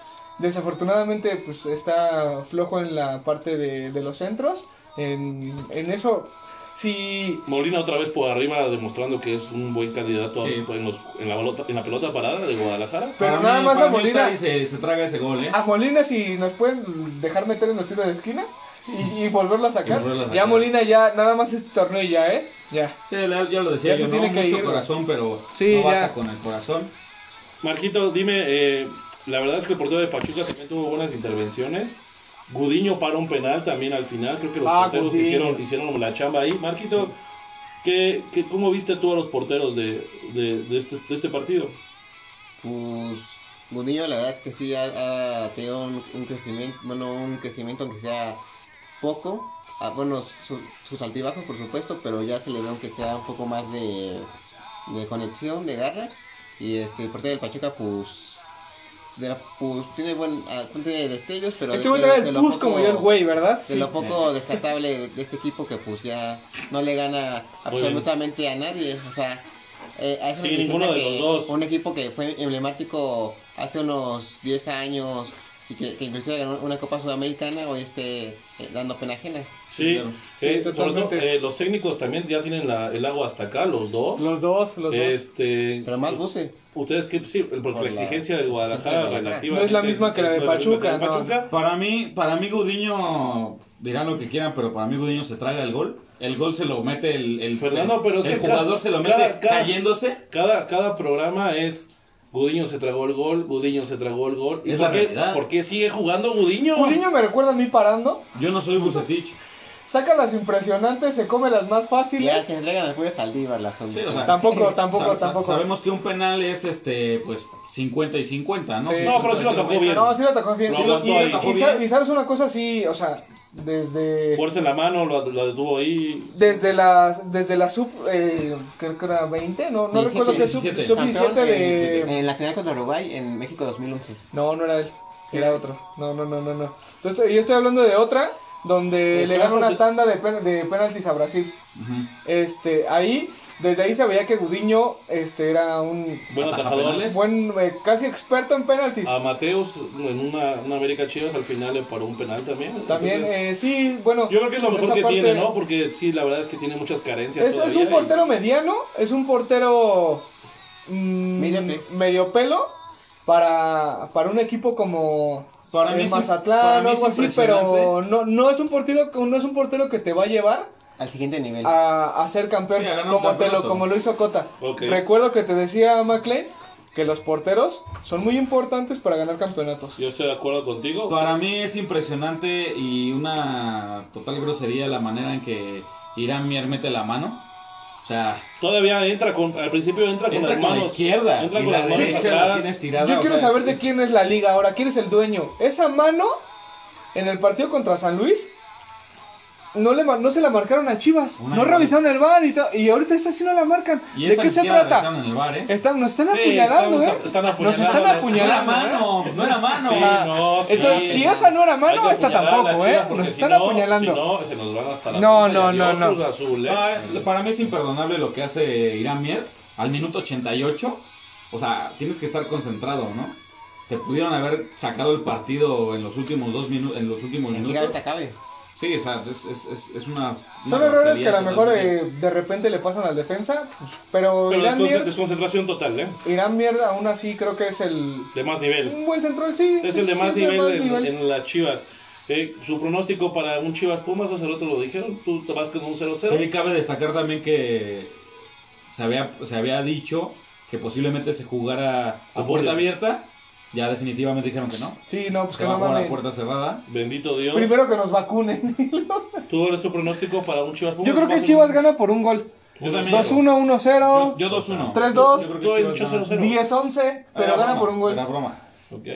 Speaker 3: Desafortunadamente, pues está flojo en la parte de, de los centros. En, en eso, si
Speaker 1: Molina otra vez por arriba demostrando que es un buen candidato a-
Speaker 2: Sí.
Speaker 1: en, los- en la pelota, en la pelota parada de Guadalajara.
Speaker 3: pero
Speaker 2: Para
Speaker 3: nada
Speaker 2: mí-
Speaker 3: más
Speaker 2: para
Speaker 3: a
Speaker 2: mí
Speaker 3: Molina. Ah.
Speaker 2: Ustari se, se traga ese gol, ¿eh?
Speaker 3: a Molina, si nos pueden dejar meter en los tiros de esquina y, y volverlo a sacar.
Speaker 2: volverlo a sacar.
Speaker 3: Ya Molina, ya nada más este torneo y ya, ¿eh? Ya.
Speaker 2: Sí, ya ya lo decía,
Speaker 3: Ya se
Speaker 2: yo,
Speaker 3: tiene
Speaker 2: no
Speaker 3: que
Speaker 2: mucho
Speaker 3: ir.
Speaker 2: corazón, pero
Speaker 3: Sí,
Speaker 2: no basta
Speaker 3: ya.
Speaker 2: con el corazón.
Speaker 1: Marquito, dime, eh, la verdad es que el portero de Pachuca también tuvo buenas intervenciones. Gudiño paró un penal también al final, creo que los
Speaker 3: Ah,
Speaker 1: porteros
Speaker 3: Gudiño.
Speaker 1: hicieron, hicieron la chamba ahí. Marquito, ¿qué, qué, cómo viste tú a los porteros de, de- de este, de este partido?
Speaker 4: Pues Gudiño la verdad es que sí ha, ha tenido un, un crecimiento, bueno, un crecimiento aunque sea poco. Ah, bueno, su- sus altibajos por supuesto, pero ya se le ve aunque sea un poco más de, de conexión, de garra. Y este, el portero del Pachuca, pues, de la- pues tiene, buen, ah, tiene destellos, pero... de-
Speaker 3: Este güey
Speaker 4: de-
Speaker 3: trae
Speaker 4: de
Speaker 3: el
Speaker 4: lo
Speaker 3: pus
Speaker 4: poco-
Speaker 3: como yo el güey, ¿verdad?
Speaker 4: de lo poco destacable de, de este equipo que pues ya no le gana
Speaker 1: Muy bien.
Speaker 4: absolutamente a nadie. O sea, eh, a eso
Speaker 1: Sí,
Speaker 4: le destaca
Speaker 1: ninguno de
Speaker 4: que
Speaker 1: los dos.
Speaker 4: un equipo que fue emblemático hace unos 10 años y que, que inclusive ganó una Copa Sudamericana hoy esté eh, dando pena ajena.
Speaker 1: Sí,
Speaker 2: claro.
Speaker 3: Sí,
Speaker 1: eh, sobre todo,
Speaker 3: totalmente.
Speaker 1: eh, los técnicos también ya tienen la- el agua hasta acá, los dos.
Speaker 3: Los dos, los dos.
Speaker 1: este,
Speaker 4: Pero más buce.
Speaker 1: ustedes que sí, porque
Speaker 5: Por
Speaker 1: la
Speaker 5: la-
Speaker 1: exigencia de Guadalajara
Speaker 4: No es la
Speaker 1: relativa
Speaker 3: misma que la de Pachuca, no.
Speaker 2: Para mí, para mí Gudiño, dirán lo que quieran, pero para mí Gudiño se traga el gol. El gol se lo mete el, el,
Speaker 1: Fernando, pero es
Speaker 2: el
Speaker 1: que
Speaker 2: jugador
Speaker 1: cada-
Speaker 2: se lo mete
Speaker 1: cada- cada-
Speaker 2: cayéndose.
Speaker 1: Cada, cada programa es Gudiño se tragó el gol, Gudiño se tragó el gol. ¿Y
Speaker 2: Es
Speaker 1: por,
Speaker 2: la
Speaker 1: qué,
Speaker 2: realidad.
Speaker 1: por qué sigue jugando Gudiño?
Speaker 3: Gudiño me recuerda a mí parando.
Speaker 2: Yo no soy Bucetich.
Speaker 3: Saca las impresionantes, se come las más
Speaker 4: Ya
Speaker 3: fáciles.
Speaker 4: se entregan al pollo Saldívar la sombra.
Speaker 2: Sí, o sea,
Speaker 3: Tampoco, tampoco,
Speaker 2: Sa- sa-
Speaker 3: tampoco.
Speaker 2: Sabemos que un penal es este pues 50 y 50, ¿no?
Speaker 3: Sí.
Speaker 1: No, pero sí lo atajó bien.
Speaker 3: No, sí lo atacó bien.
Speaker 1: Lo
Speaker 3: sí lo-
Speaker 1: aguantó
Speaker 3: y,
Speaker 1: ahí.
Speaker 3: y sa- y sabes una cosa, sí, o sea, desde
Speaker 1: Fuerza en la mano, lo, lo detuvo ahí.
Speaker 3: desde las desde la sub eh, creo que era 20, no no
Speaker 4: 17,
Speaker 3: recuerdo qué sub
Speaker 2: 17.
Speaker 3: sub
Speaker 4: Campeón
Speaker 3: 17
Speaker 4: en,
Speaker 3: de
Speaker 4: en la final contra Uruguay en México 2011.
Speaker 3: No, no era él, era
Speaker 4: Era-
Speaker 3: otro. No, no, no, no, no. Entonces yo estoy hablando de otra donde
Speaker 1: Los
Speaker 3: le gana
Speaker 1: perros
Speaker 3: una
Speaker 1: de-
Speaker 3: tanda de, pen- de penaltis a Brasil. Este, ahí desde ahí se veía que Gudiño este era un
Speaker 1: Buen
Speaker 2: Ataja
Speaker 1: atajador.
Speaker 2: penales.
Speaker 3: buen eh, casi experto en penaltis.
Speaker 1: A Mateus, en una, una América Chivas, al final le paró un penal también.
Speaker 3: También
Speaker 1: Entonces,
Speaker 3: eh, sí, bueno,
Speaker 1: Yo creo que es lo mejor
Speaker 3: esa
Speaker 1: que
Speaker 3: parte-
Speaker 1: tiene, ¿no? Porque sí, la verdad es que tiene muchas carencias.
Speaker 3: Es, es
Speaker 1: todavía
Speaker 3: un
Speaker 1: y-
Speaker 3: portero mediano, es un portero mm,
Speaker 4: Medio pelo.
Speaker 3: medio pelo para, para un equipo como
Speaker 2: Para
Speaker 3: el
Speaker 2: mí es im- para
Speaker 3: Mazatlán
Speaker 2: mí
Speaker 3: o
Speaker 2: es
Speaker 3: algo así, pero
Speaker 2: impresionante.
Speaker 3: no, no es un portero no es un portero que te va a llevar
Speaker 4: Al siguiente nivel.
Speaker 3: a, a ser campeón
Speaker 2: Sí, a ganar un
Speaker 3: como te lo
Speaker 2: campeonato.
Speaker 3: como lo hizo Cota.
Speaker 1: Ok.
Speaker 3: Recuerdo que te decía McLean que los porteros son muy importantes para ganar campeonatos.
Speaker 1: Yo estoy de acuerdo contigo.
Speaker 2: Para mí es impresionante y una total grosería la manera en que Irán Mier mete la mano. O sea,
Speaker 1: Todavía entra con. Al principio entra con
Speaker 2: entra
Speaker 1: las
Speaker 2: con la
Speaker 1: manos.
Speaker 2: izquierda
Speaker 1: entra
Speaker 2: y
Speaker 1: con
Speaker 2: la
Speaker 1: las manos
Speaker 2: derecha la
Speaker 1: atrás.
Speaker 2: tienes tirada.
Speaker 3: Yo
Speaker 2: o
Speaker 3: quiero
Speaker 2: sea,
Speaker 3: saber
Speaker 2: es-
Speaker 3: de quién es la liga ahora, quién es el dueño. Esa mano en el partido contra San Luis no le ma- no se la marcaron a Chivas.
Speaker 2: Una
Speaker 3: no
Speaker 2: mano.
Speaker 3: revisaron el bar y, ta- y ahorita esta sí no la marcan.
Speaker 2: Y
Speaker 3: ¿De
Speaker 2: esta
Speaker 3: qué
Speaker 2: ni
Speaker 3: se
Speaker 2: siquiera la
Speaker 3: trata?
Speaker 2: revisaron en el bar, ¿eh?
Speaker 3: Están, nos están
Speaker 1: Sí,
Speaker 3: apuñalando,
Speaker 1: estamos-
Speaker 3: ¿eh?
Speaker 1: están
Speaker 3: Nos están
Speaker 1: apuñalando, ¿no?
Speaker 2: No era
Speaker 3: apuñalando. ¿eh?
Speaker 2: mano, no era mano.
Speaker 1: Sí,
Speaker 3: O sea,
Speaker 1: no, sí.
Speaker 3: Entonces, si
Speaker 4: sí.
Speaker 3: esa no era
Speaker 1: Hay
Speaker 3: mano,
Speaker 1: que
Speaker 3: esta
Speaker 1: apuñalar a la
Speaker 3: tampoco,
Speaker 1: Chivas
Speaker 3: ¿eh?
Speaker 1: porque
Speaker 3: Nos
Speaker 1: si
Speaker 3: están
Speaker 1: no-
Speaker 3: apuñalando.
Speaker 1: Si no, se nos van hasta la.
Speaker 3: No,
Speaker 1: punta.
Speaker 3: no, no,
Speaker 1: Adiós,
Speaker 3: no.
Speaker 1: Cruz Azul, ¿eh?
Speaker 2: Ah, es- para mí es imperdonable lo que hace Irán Mier al minuto 88. O sea, tienes que estar concentrado, ¿no? Te pudieron haber sacado el partido en los últimos dos minutos, en los últimos
Speaker 4: Aquí la
Speaker 2: minutos.
Speaker 4: vez acabe.
Speaker 2: Sí, o sea, es, es, es, es una, una
Speaker 3: Son errores que
Speaker 2: grosería
Speaker 3: a lo mejor
Speaker 2: totalmente.
Speaker 3: eh, de repente le pasan al defensa, pero,
Speaker 1: Pero
Speaker 3: Irán
Speaker 1: desconce-
Speaker 3: Mier,
Speaker 1: desconcentración total, ¿eh?
Speaker 3: Irán Mier aún así creo que es el
Speaker 1: De más nivel.
Speaker 3: un buen central, sí.
Speaker 1: Es
Speaker 3: sí,
Speaker 1: el de
Speaker 3: sí,
Speaker 1: más
Speaker 3: de
Speaker 1: nivel
Speaker 3: más
Speaker 1: en,
Speaker 3: nivel.
Speaker 1: en las Chivas. Eh, su pronóstico para un Chivas Pumas, hace rato lo dijeron. Tú te vas con un 0-0.
Speaker 2: Sí, cabe destacar también que se había, se había dicho que posiblemente se jugara a
Speaker 1: Apoyo.
Speaker 2: puerta abierta. Ya definitivamente dijeron que no.
Speaker 3: Sí, no, pues
Speaker 2: Se
Speaker 3: que
Speaker 2: va a
Speaker 3: no
Speaker 2: jugar a
Speaker 3: mames.
Speaker 2: puerta cerrada.
Speaker 1: Bendito Dios.
Speaker 3: Primero que nos vacunen.
Speaker 1: ¿Tú eres tu pronóstico para un Chivas Pumas?
Speaker 3: Yo creo que
Speaker 1: Vas
Speaker 3: Chivas
Speaker 1: un-
Speaker 3: gana por un gol.
Speaker 2: Yo también.
Speaker 3: 2-1, 1-0,
Speaker 2: Yo 2-1.
Speaker 3: 3-2.
Speaker 2: Yo creo que
Speaker 1: Tú has
Speaker 2: Chivas
Speaker 1: dicho
Speaker 2: gana.
Speaker 1: 0-0.
Speaker 3: 10-11, pero
Speaker 2: Era
Speaker 3: gana
Speaker 2: broma,
Speaker 3: por un
Speaker 2: Era
Speaker 3: gol.
Speaker 2: broma.
Speaker 1: Ok.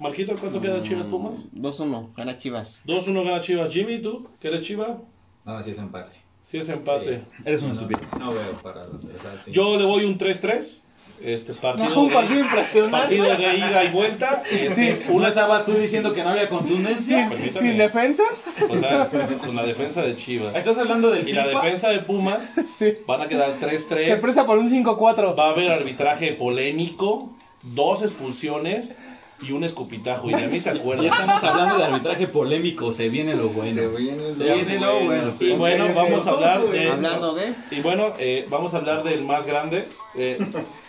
Speaker 1: Marquito, ¿cuánto queda Chivas
Speaker 3: Mm.
Speaker 1: Pumas?
Speaker 4: 2-1, Mm, gana Chivas.
Speaker 1: 2-1 gana Chivas. Jimmy, ¿tú? ¿Qué eres Chiva?
Speaker 5: No, sí es empate.
Speaker 1: Si es empate.
Speaker 2: Eres un
Speaker 5: No,
Speaker 2: estúpido.
Speaker 5: no veo para dónde. o sea, sí.
Speaker 1: Yo le voy un 3-3. Este partido.
Speaker 3: Es un
Speaker 1: de-
Speaker 3: partido impresionante.
Speaker 1: partido de ida y vuelta. Este,
Speaker 2: Uno estabas tú diciendo que no había contundencia.
Speaker 3: Sin,
Speaker 1: permíteme.
Speaker 3: sin defensas.
Speaker 1: O sea, con la defensa de Chivas.
Speaker 2: Estás hablando del
Speaker 1: Y
Speaker 2: FIFA.
Speaker 1: la defensa de Pumas
Speaker 3: Sí.
Speaker 1: van a quedar
Speaker 3: Se
Speaker 1: 3-3.
Speaker 3: presta por un 5-4.
Speaker 1: Va a haber arbitraje polémico, dos expulsiones y un escupitajo. Y de mí se
Speaker 2: Ya
Speaker 1: acuerdan.
Speaker 2: estamos hablando de arbitraje polémico. Se viene lo bueno.
Speaker 5: Se viene
Speaker 2: Se viene lo bueno.
Speaker 1: Y bueno,
Speaker 3: ok.
Speaker 1: vamos a hablar de.
Speaker 4: Hablando de.
Speaker 1: Y bueno, eh, vamos a hablar del más grande. eh,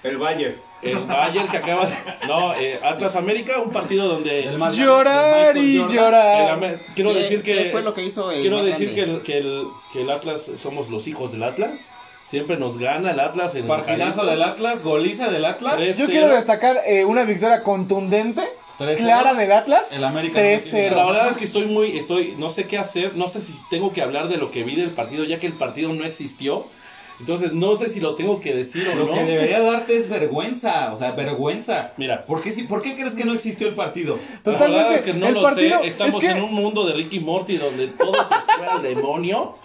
Speaker 5: El Bayern.
Speaker 1: el Bayern que acaba de. No, eh, Atlas América, un partido donde.
Speaker 2: Del más grande,
Speaker 3: Llorar
Speaker 2: del
Speaker 3: y
Speaker 2: Michael Jordan.
Speaker 1: el
Speaker 3: llorar.
Speaker 1: Ame- quiero
Speaker 4: ¿Qué-
Speaker 1: decir que.
Speaker 4: qué eh, fue lo que hizo el
Speaker 1: quiero
Speaker 4: más
Speaker 1: decir que
Speaker 4: grande?
Speaker 1: el, que, el, que el Atlas somos los hijos del Atlas. Siempre nos gana el Atlas en el
Speaker 2: Partidazo del Atlas, goliza del Atlas.
Speaker 1: Tres.
Speaker 3: Yo
Speaker 1: cero.
Speaker 3: quiero destacar eh, una victoria contundente,
Speaker 2: 3-0.
Speaker 3: clara del Atlas.
Speaker 2: El América no tiene
Speaker 3: 3-0.
Speaker 1: La verdad es que estoy muy, estoy, no sé qué hacer, no sé si tengo que hablar de lo que vi del partido, ya que el partido no existió. Entonces no sé si lo tengo que decir o
Speaker 2: Lo
Speaker 1: no.
Speaker 2: que debería darte es vergüenza, o sea, vergüenza.
Speaker 1: Mira.
Speaker 2: ¿Por qué, si- ¿por qué crees que no existió el partido?
Speaker 1: La verdad
Speaker 3: Totalmente.
Speaker 1: es que no
Speaker 3: el
Speaker 1: lo
Speaker 3: partido
Speaker 1: sé. Estamos
Speaker 3: es que
Speaker 1: en un mundo de Ricky Morty donde todo se fue al demonio.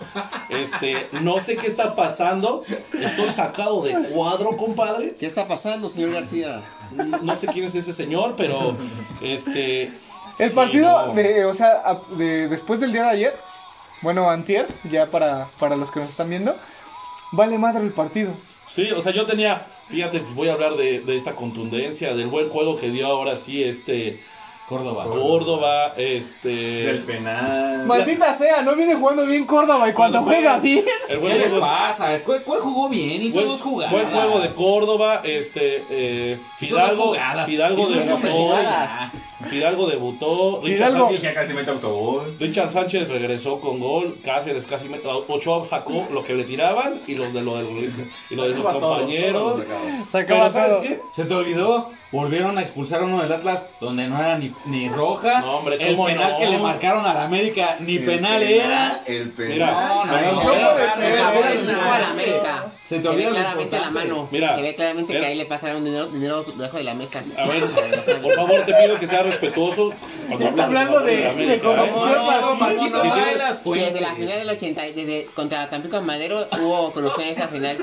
Speaker 1: Este, no sé qué está pasando. Estoy sacado de cuadro, compadre.
Speaker 4: ¿Qué está pasando, señor García?
Speaker 1: No sé quién es ese señor, pero este.
Speaker 3: El
Speaker 1: sí,
Speaker 3: partido,
Speaker 1: no.
Speaker 3: de, o sea, a- de- después del día de ayer, bueno, antier, ya para, para los que nos están viendo, vale madre el partido.
Speaker 1: Sí, o sea, yo tenía, fíjate, pues voy a hablar de, de esta contundencia, del buen juego que dio ahora sí este
Speaker 2: Córdoba.
Speaker 1: Córdoba, este...
Speaker 5: El penal.
Speaker 3: Maldita sea, no viene jugando bien Córdoba y cuando
Speaker 1: Cuando juega
Speaker 3: juega bien.
Speaker 1: El
Speaker 2: ¿Qué les
Speaker 1: juego,
Speaker 2: pasa? ¿Cuál, cuál jugó bien? Hizo
Speaker 1: buen,
Speaker 2: dos jugadas.
Speaker 1: buen juego de Córdoba, este... eh,
Speaker 2: Hizo dos
Speaker 1: Fidalgo,
Speaker 2: jugadas.
Speaker 1: Fidalgo
Speaker 2: Hizo dos
Speaker 1: debutó,
Speaker 2: jugadas.
Speaker 1: Fidalgo debutó, Richard
Speaker 3: Fidalgo.
Speaker 1: Sánchez,
Speaker 5: Ya casi mete autobús.
Speaker 1: Richard Sánchez regresó con gol, Cáceres casi... met- Ochoa sacó lo que le tiraban y los de, lo de, y lo de sus
Speaker 4: Sacó a todos,
Speaker 1: compañeros.
Speaker 4: todos los sacaban.
Speaker 3: Se acabó
Speaker 1: Pero ¿sabes
Speaker 3: todo.
Speaker 1: qué?
Speaker 2: Se te olvidó, volvieron a expulsar a uno del Atlas donde no era ni, ni roja.
Speaker 1: No, hombre,
Speaker 2: el
Speaker 1: ¿cómo
Speaker 2: penal
Speaker 1: no?
Speaker 2: que le marcaron al América ni penal, era.
Speaker 5: El penal.
Speaker 1: Mira,
Speaker 5: Ay,
Speaker 2: no,
Speaker 5: ya,
Speaker 2: no
Speaker 4: Pero
Speaker 3: puede
Speaker 1: Pues,
Speaker 4: el
Speaker 3: ser.
Speaker 4: favor del hijo a la América.
Speaker 2: Se te
Speaker 4: Se ve
Speaker 2: olvida lo
Speaker 4: claramente la
Speaker 2: importante.
Speaker 4: mano.
Speaker 1: Mira,
Speaker 4: se ve claramente
Speaker 1: mira.
Speaker 4: que ahí le pasaron dinero, dinero debajo de la mesa.
Speaker 1: A ver, por favor, te pido que seas respetuoso. cuando
Speaker 6: Está hablando
Speaker 1: por favor,
Speaker 6: de-
Speaker 1: la América,
Speaker 6: de cómo-
Speaker 1: ¿eh?
Speaker 2: No, no, no, Paquito
Speaker 1: Sí, sí.
Speaker 2: bailas
Speaker 4: Que desde la
Speaker 2: fuentes.
Speaker 4: final del 80, y desde contra Tampico Madero hubo corrupción en esa final.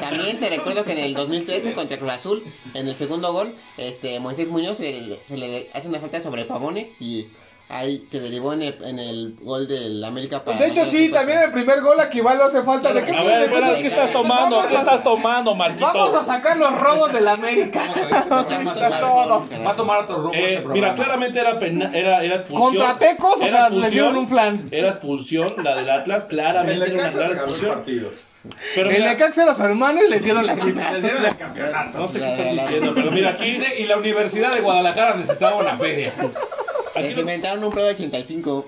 Speaker 4: También te recuerdo que en el 2013 contra Cruz Azul, en el segundo gol, este Moisés Muñoz se le, se le hace una falta sobre Pavone y ahí que derivó en el, en el gol del América para
Speaker 3: De hecho, sí, también el primer gol aquí va, no hace falta. ¿De qué,
Speaker 1: A ver,
Speaker 3: quieres?
Speaker 1: espera, ¿qué estás tomando? ¿Qué estás tomando,
Speaker 3: Vamos a
Speaker 1: Marquito?
Speaker 3: sacar los robos del América. todos.
Speaker 2: Va a tomar otro rumbo este
Speaker 1: Eh,
Speaker 2: programa.
Speaker 1: mira, claramente era, pena- era, era expulsión.
Speaker 3: Contra Tecos, o
Speaker 1: Era
Speaker 3: sea, le
Speaker 1: expulsión,
Speaker 3: dieron un plan.
Speaker 1: Era expulsión, la del Atlas, claramente
Speaker 5: El
Speaker 1: era una
Speaker 5: Necaxa
Speaker 1: clara
Speaker 5: ganó el
Speaker 1: expulsión.
Speaker 5: partido.
Speaker 1: Pero
Speaker 3: El
Speaker 1: mira,
Speaker 3: Necaxa era su hermano y le dieron la
Speaker 6: Les
Speaker 3: final.
Speaker 6: dieron el campeonato.
Speaker 1: no sé qué están diciendo, pero mira, aquí,
Speaker 2: Y la Universidad de Guadalajara necesitaba una feria.
Speaker 1: aquí
Speaker 4: Se
Speaker 1: lo-
Speaker 4: inventaron un pro de 85.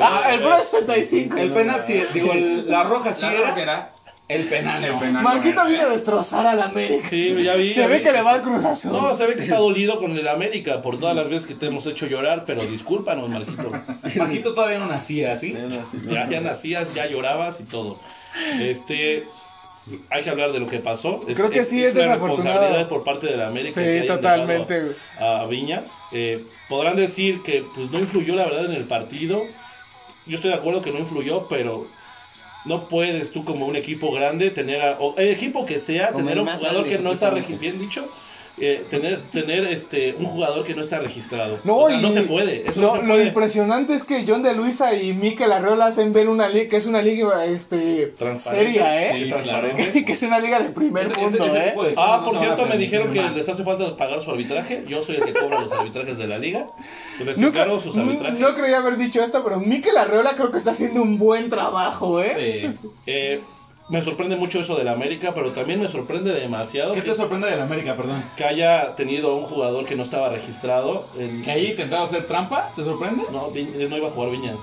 Speaker 3: Ah, el Pro 75.
Speaker 2: El penal sí, digo, el- la roja sí
Speaker 6: La
Speaker 2: era.
Speaker 6: roja era
Speaker 2: El penal, no.
Speaker 3: Marquito vino a destrozar al América.
Speaker 1: Sí, ya vi.
Speaker 3: Se
Speaker 1: ya
Speaker 3: ve
Speaker 1: vi.
Speaker 3: que le va al Cruz Azul.
Speaker 1: No, se ve que está dolido con el América por todas las veces que te hemos hecho llorar, pero discúlpanos, Marquito.
Speaker 2: Paquito todavía no nacía, ¿sí?
Speaker 1: Ya, ya nacías, ya llorabas y todo. Este. Hay que hablar de lo que pasó.
Speaker 3: Creo que sí, es
Speaker 1: una
Speaker 3: desafortunado.
Speaker 1: responsabilidad por parte de la América.
Speaker 3: Sí,
Speaker 1: que hayan
Speaker 3: totalmente,
Speaker 1: dejado A, a Viñas. Eh, podrán decir que pues no influyó la verdad en el partido. Yo estoy de acuerdo que no influyó, pero no puedes tú como un equipo grande tener a, o el equipo que sea
Speaker 4: Como
Speaker 1: tener
Speaker 4: el
Speaker 1: un
Speaker 4: más
Speaker 1: jugador
Speaker 4: grande,
Speaker 1: que no está regi-
Speaker 4: justamente.
Speaker 1: bien dicho. eh, tener tener este un jugador que no está registrado
Speaker 3: No,
Speaker 1: O sea,
Speaker 3: y-
Speaker 1: no se puede eso no,
Speaker 3: lo,
Speaker 1: se
Speaker 3: lo
Speaker 1: puede.
Speaker 3: impresionante es que John de Luisa y Mikel Arreola hacen ver una liga que es una liga este
Speaker 1: Transparente.
Speaker 3: seria, ¿eh?
Speaker 1: Sí,
Speaker 2: claro.
Speaker 1: transparente.
Speaker 3: que es una liga de primer
Speaker 2: Ese- ese-
Speaker 3: mundo,
Speaker 2: ese
Speaker 3: ¿eh?
Speaker 2: tipo de cosas
Speaker 1: Ah,
Speaker 2: no
Speaker 1: por
Speaker 2: se van a
Speaker 1: cierto, me
Speaker 2: permitir
Speaker 1: dijeron que
Speaker 2: más.
Speaker 1: les hace falta pagar su arbitraje. Yo soy el que cobra los arbitrajes de la liga. Les
Speaker 3: Nunca- mm,
Speaker 1: encargo sus arbitrajes.
Speaker 3: no creía haber dicho esto, pero Mikel Arreola creo que está haciendo un buen trabajo, ¿eh?
Speaker 2: Eh,
Speaker 1: Eh, me sorprende mucho eso del América, pero también me sorprende demasiado
Speaker 2: ¿Qué te
Speaker 1: que,
Speaker 2: sorprende del América, perdón?
Speaker 1: que haya tenido un jugador que no estaba registrado. en-
Speaker 2: ¿Que haya intentado hacer trampa? ¿Te sorprende?
Speaker 1: No, Vi- no iba a jugar Viñas.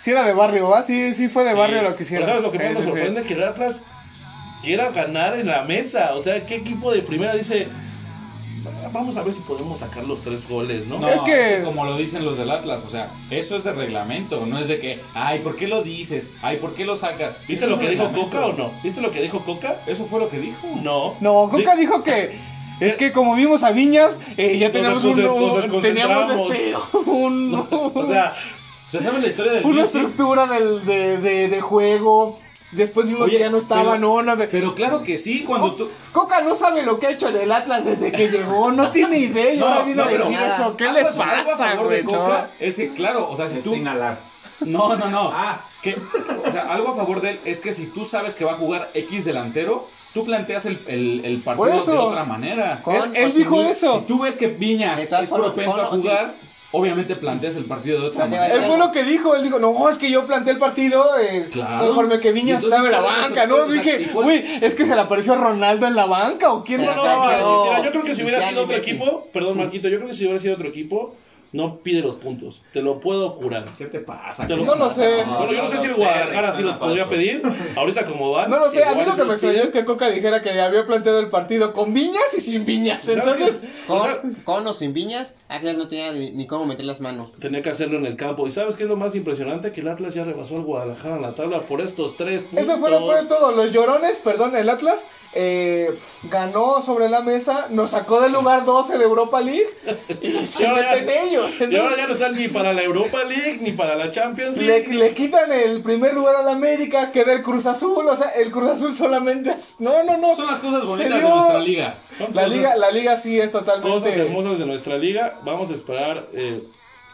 Speaker 3: Sí era de barrio, ¿va? Sí, sí fue de barrio lo
Speaker 1: Pero
Speaker 3: que hicieron.
Speaker 1: ¿Sabes lo que
Speaker 3: Sí,
Speaker 1: más me
Speaker 3: sí, sí.
Speaker 1: sorprende? Que el Atlas quiera ganar en la mesa. O sea, ¿qué equipo de primera dice? "Ah, Vamos a ver si podemos sacar los tres goles, ¿no?
Speaker 2: No,
Speaker 3: Es que-
Speaker 2: es como lo dicen los del Atlas, o sea, eso es de reglamento, no es de que, ay, ¿por qué lo dices? Ay, ¿por qué lo sacas?
Speaker 1: ¿Viste
Speaker 2: Eso
Speaker 1: lo
Speaker 2: es
Speaker 1: que
Speaker 2: de
Speaker 1: dijo
Speaker 2: reglamento.
Speaker 1: Coca o no? ¿Viste lo que dijo Coca?
Speaker 2: Eso fue lo que dijo.
Speaker 1: No.
Speaker 3: No, Coca
Speaker 1: Di-
Speaker 3: dijo que es que como vimos a Viñas, eh, ya
Speaker 1: Nos
Speaker 3: teníamos un,
Speaker 1: desconce- nos
Speaker 3: un- teníamos
Speaker 1: desconcentramos.
Speaker 3: este, un-
Speaker 1: O sea,
Speaker 2: ¿Ya saben la historia del
Speaker 3: una
Speaker 2: Messi?
Speaker 3: estructura del, de, de, de juego. Después vimos
Speaker 2: Oye,
Speaker 3: que ya no estaba,
Speaker 2: pero-
Speaker 3: no, no.
Speaker 2: Pero claro que sí, cuando
Speaker 3: Co-
Speaker 2: tú...
Speaker 3: Coca no sabe lo que ha hecho en el Atlas desde que llegó, no tiene idea. Y
Speaker 2: No,
Speaker 3: ahora vino
Speaker 2: no,
Speaker 3: a
Speaker 2: pero
Speaker 3: decir
Speaker 4: nada.
Speaker 3: eso. ¿Qué le
Speaker 2: Algo a favor
Speaker 3: pasa, güey?
Speaker 2: de Coca
Speaker 3: no?
Speaker 2: es que, claro, o sea, si
Speaker 5: Es
Speaker 2: tú...
Speaker 5: inhalar.
Speaker 2: No, no, no.
Speaker 5: Ah.
Speaker 2: Que, o sea, algo a favor de él es que si tú sabes que va a jugar X delantero, tú planteas el, el- el
Speaker 3: Por
Speaker 2: partido
Speaker 3: eso.
Speaker 2: de otra manera.
Speaker 4: Con
Speaker 3: Él- él dijo
Speaker 4: Osimhen.
Speaker 3: eso.
Speaker 2: Si tú ves que Viñas
Speaker 4: De todas
Speaker 2: es
Speaker 4: formas,
Speaker 2: propenso a
Speaker 4: con-
Speaker 2: jugar, obviamente planteas el partido de otra
Speaker 4: No te va a
Speaker 2: manera.
Speaker 3: Él fue lo que dijo, él dijo, no, es que yo planteé el partido eh,
Speaker 2: Claro.
Speaker 3: conforme que
Speaker 2: Y
Speaker 3: Viñas
Speaker 2: entonces,
Speaker 3: estaba en la
Speaker 2: ¿cuál es la
Speaker 3: banca, ¿no?
Speaker 2: estructura?
Speaker 3: Dije,
Speaker 2: Exacto. ¿Y cuál-
Speaker 3: uy, es que se le apareció Ronaldo en la banca, ¿o quién
Speaker 4: Se
Speaker 3: no
Speaker 4: le
Speaker 3: estaba?
Speaker 4: apareció-
Speaker 1: mira, yo creo que si hubiera
Speaker 4: Cristiano
Speaker 1: sido otro
Speaker 4: Messi.
Speaker 1: equipo, perdón Marquito, yo creo que si hubiera sido otro equipo, no pide los puntos. Te lo puedo curar.
Speaker 2: ¿Qué te pasa?
Speaker 1: Te
Speaker 3: No lo sé.
Speaker 1: Bueno, yo no sé si el
Speaker 5: No,
Speaker 1: Guadalajara
Speaker 5: no sé,
Speaker 1: sí los
Speaker 5: no,
Speaker 1: podría
Speaker 5: falso.
Speaker 1: pedir. Ahorita como van.
Speaker 3: No lo sé, a mí
Speaker 1: igual
Speaker 3: lo
Speaker 1: sí
Speaker 3: que me
Speaker 1: los piden.
Speaker 3: extrañó es que Coca dijera que había planteado el partido con Viñas y sin Viñas.
Speaker 1: ¿Sabes
Speaker 3: Entonces,
Speaker 1: qué? O sea,
Speaker 4: Con, con o sin viñas, Atlas no tenía ni, ni cómo meter las manos.
Speaker 1: Tenía que hacerlo en el campo. ¿Y sabes qué es lo más impresionante? Que el Atlas ya rebasó al Guadalajara en la tabla por estos tres puntos.
Speaker 3: Eso fue lo peor de todo. Los llorones, perdón, el Atlas eh, ganó sobre la mesa, nos sacó del lugar 12 de Europa League y
Speaker 1: Y
Speaker 3: se
Speaker 1: ahora ya-
Speaker 3: meten ellos.
Speaker 1: Y ahora
Speaker 3: Entonces,
Speaker 1: ya no están ni para la Europa League, ni para la Champions
Speaker 3: le,
Speaker 1: League.
Speaker 3: le quitan el primer lugar al América, queda el Cruz Azul. O sea, el Cruz Azul solamente es. No, no, no.
Speaker 2: Son las cosas
Speaker 3: Se
Speaker 2: bonitas de
Speaker 3: dio-
Speaker 2: nuestra liga.
Speaker 1: Son
Speaker 3: La
Speaker 1: cosas-
Speaker 3: liga, la liga sí es totalmente.
Speaker 1: Cosas hermosas de nuestra liga. Vamos a esperar. eh,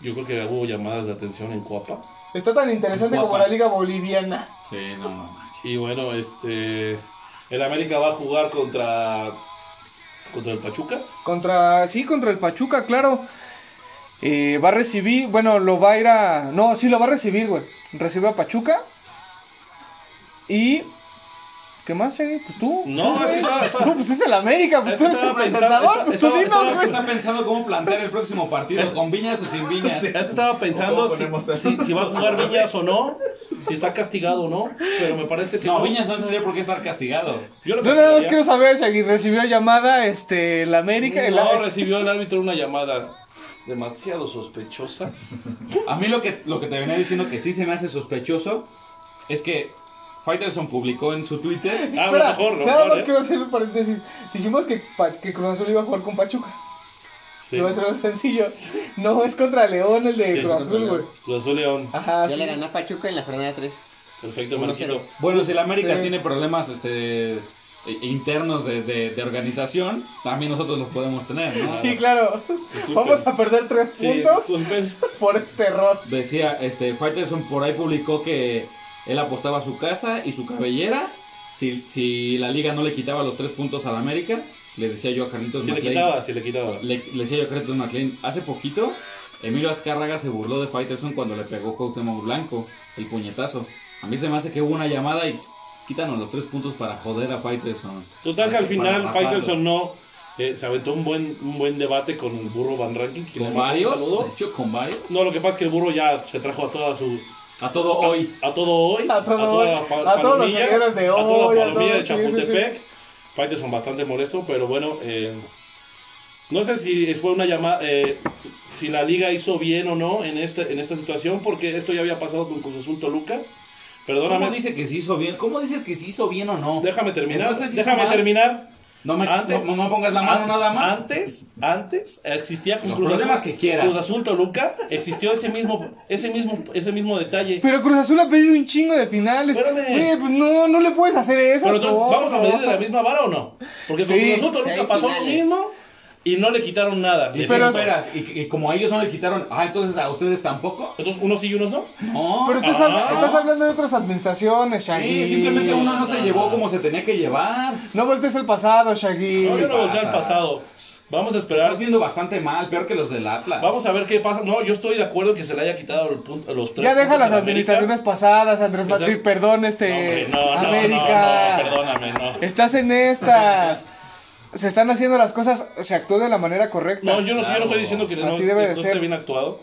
Speaker 1: yo creo que hubo llamadas de atención en Cuapa.
Speaker 3: Está tan interesante como
Speaker 2: Guapa.
Speaker 3: la liga boliviana.
Speaker 2: Sí, no, no. manches.
Speaker 1: Y bueno, este. El América va a jugar contra. Contra el Pachuca.
Speaker 3: Contra, sí, contra el Pachuca, claro. Eh, va a recibir, bueno, lo va a ir a... No, sí, lo va a recibir, güey. Recibe a Pachuca. Y... ¿Qué más, Shaggy? Pues tú.
Speaker 1: No, es
Speaker 3: Tú,
Speaker 1: que
Speaker 3: güey.
Speaker 1: estaba- estaba-
Speaker 3: Tú, pues es el América,
Speaker 1: es
Speaker 3: pues tú
Speaker 1: que
Speaker 3: eres el
Speaker 1: estaba pensando-
Speaker 3: presentador,
Speaker 1: estaba-
Speaker 3: pues tú
Speaker 1: estaba-
Speaker 3: dinos,
Speaker 1: estaba-
Speaker 3: güey.
Speaker 2: Está pensando cómo plantear el próximo partido, con viñas o sin viñas.
Speaker 1: Es que estaba pensando
Speaker 5: ¿Cómo
Speaker 1: si,
Speaker 5: ponemos eso?
Speaker 1: si- si va a jugar Villas o no. Si está castigado o no. Pero me parece que.
Speaker 2: No, Viñas no tendría por qué estar castigado.
Speaker 1: Yo lo
Speaker 3: Yo nada más
Speaker 1: castigaría.
Speaker 3: quiero saber, Shaggy, ¿recibió llamada este, el América? El-
Speaker 1: No, recibió ah, el árbitro una llamada demasiado sospechosa.
Speaker 2: A mí lo que, lo que te venía diciendo que sí se me hace sospechoso es que Faitelson publicó en su Twitter.
Speaker 1: Ah,
Speaker 3: Espera,
Speaker 1: lo mejor, lo
Speaker 3: nada
Speaker 1: mejor,
Speaker 3: más
Speaker 1: ¿eh?
Speaker 3: quiero hacer un paréntesis. Dijimos que, Pa- que Cruz Azul iba a jugar con Pachuca.
Speaker 1: Sí.
Speaker 3: Lo va a hacer algo sencillo. No, es contra León el de
Speaker 1: ¿eh? Sí,
Speaker 3: Cruz
Speaker 1: es
Speaker 4: contra
Speaker 3: Azul, güey.
Speaker 4: León.
Speaker 1: Cruz Azul León.
Speaker 3: Ajá,
Speaker 4: Ya
Speaker 3: sí.
Speaker 4: le ganó a Pachuca en la jornada 3.
Speaker 1: Perfecto,
Speaker 4: 1-0.
Speaker 1: Marquito.
Speaker 2: Bueno, si la América
Speaker 3: Sí.
Speaker 2: tiene problemas este, eh, internos de, de- de organización, también nosotros los podemos tener, ¿no?
Speaker 3: Sí, claro. Vamos a perder tres
Speaker 1: Sí,
Speaker 3: puntos
Speaker 1: disculpen.
Speaker 3: por este error.
Speaker 2: Decía, este, Faitelson por ahí publicó que él apostaba su casa y su cabellera. Si, si la liga no le quitaba los tres puntos a la América, le decía yo a Carlitos
Speaker 1: Si le
Speaker 2: McLean,
Speaker 1: quitaba, si le quitaba.
Speaker 2: Le, le decía yo a Carlitos McLean, hace poquito, Emilio Azcárraga se burló de Faitelson cuando le pegó Cuauhtémoc Blanco, el puñetazo. A mí se me hace que hubo una llamada y quítanos los tres puntos para joder a Faitelson.
Speaker 1: Total que al final
Speaker 2: Para
Speaker 1: Faitelson no eh, se aventó un buen, un buen debate con el burro Van Ranking. que le
Speaker 2: ¿Con
Speaker 1: mando un
Speaker 2: varios?
Speaker 1: saludo.
Speaker 2: De hecho, con varios.
Speaker 1: No, lo que pasa es que el burro ya se trajo a toda su.
Speaker 2: A todo hoy.
Speaker 1: A todo hoy.
Speaker 3: A todo
Speaker 1: toda
Speaker 3: hoy,
Speaker 1: la pa-
Speaker 3: a todos los
Speaker 1: palomilla,
Speaker 3: señores de
Speaker 1: A toda
Speaker 3: hoy,
Speaker 1: la
Speaker 3: a
Speaker 1: palomilla de
Speaker 3: todos, sí, sí, sí.
Speaker 1: Chapultepec. Faitelson bastante molesto, pero bueno. eh, no sé si fue una llamada. eh, si la liga hizo bien o no en, este, en esta situación, porque esto ya había pasado con Cruz Azul Toluca.
Speaker 2: ¿Cómo
Speaker 1: Perdóname.
Speaker 2: dice que se hizo bien? ¿Cómo dices que se hizo bien o no?
Speaker 1: Déjame terminar.
Speaker 2: Entonces hizo
Speaker 1: déjame
Speaker 2: mal.
Speaker 1: terminar.
Speaker 2: No me
Speaker 1: Antes-
Speaker 2: no, no pongas la mano
Speaker 1: An-
Speaker 2: nada más.
Speaker 1: Antes, antes existía con
Speaker 2: Los problemas que quieras.
Speaker 1: Cruz Azul Toluca existió ese mismo, ese mismo, ese mismo detalle.
Speaker 3: Pero Cruz Azul ha pedido un chingo de finales.
Speaker 1: Espérame.
Speaker 3: Güey, pues no, no le puedes hacer eso.
Speaker 1: Pero entonces,
Speaker 3: por
Speaker 1: ¿vamos a medir de
Speaker 3: favor.
Speaker 1: la misma vara o no? Porque con
Speaker 3: Sí.
Speaker 1: Cruz Azul Toluca
Speaker 4: Seis
Speaker 1: pasó lo
Speaker 4: finales.
Speaker 1: mismo y no le quitaron nada.
Speaker 2: Y,
Speaker 1: De
Speaker 2: pero,
Speaker 1: puntos.
Speaker 2: esperas, y, y como a ellos no le quitaron, ah, entonces a ustedes tampoco.
Speaker 1: Entonces, unos sí y unos no.
Speaker 2: No.
Speaker 3: Pero estás,
Speaker 1: Ah.
Speaker 3: habla- estás hablando de otras administraciones, Shaggy.
Speaker 2: Sí, simplemente uno no se llevó como se tenía que llevar.
Speaker 3: No voltees el pasado, Shaggy.
Speaker 1: No, yo no volteé
Speaker 2: pasa?
Speaker 1: al pasado. Vamos a
Speaker 2: Está
Speaker 1: esperar.
Speaker 2: haciendo bastante mal, peor que los del Atlas.
Speaker 1: Vamos a ver qué pasa. No, yo estoy de acuerdo que se le haya quitado el punto- los tres.
Speaker 3: ya deja
Speaker 1: puntos
Speaker 3: las
Speaker 1: a América.
Speaker 3: administraciones pasadas, Andrés
Speaker 1: Exacto.
Speaker 3: Matías. Perdón,
Speaker 1: No,
Speaker 3: este.
Speaker 1: hombre, no, no, no,
Speaker 3: América.
Speaker 1: no, perdóname, no.
Speaker 3: Estás en estas. Se están haciendo las cosas, se actúa de la manera correcta.
Speaker 1: No, yo no, yo no
Speaker 2: Claro.
Speaker 1: estoy diciendo que no,
Speaker 3: Así debe de
Speaker 1: no
Speaker 3: ser.
Speaker 1: esté bien actuado.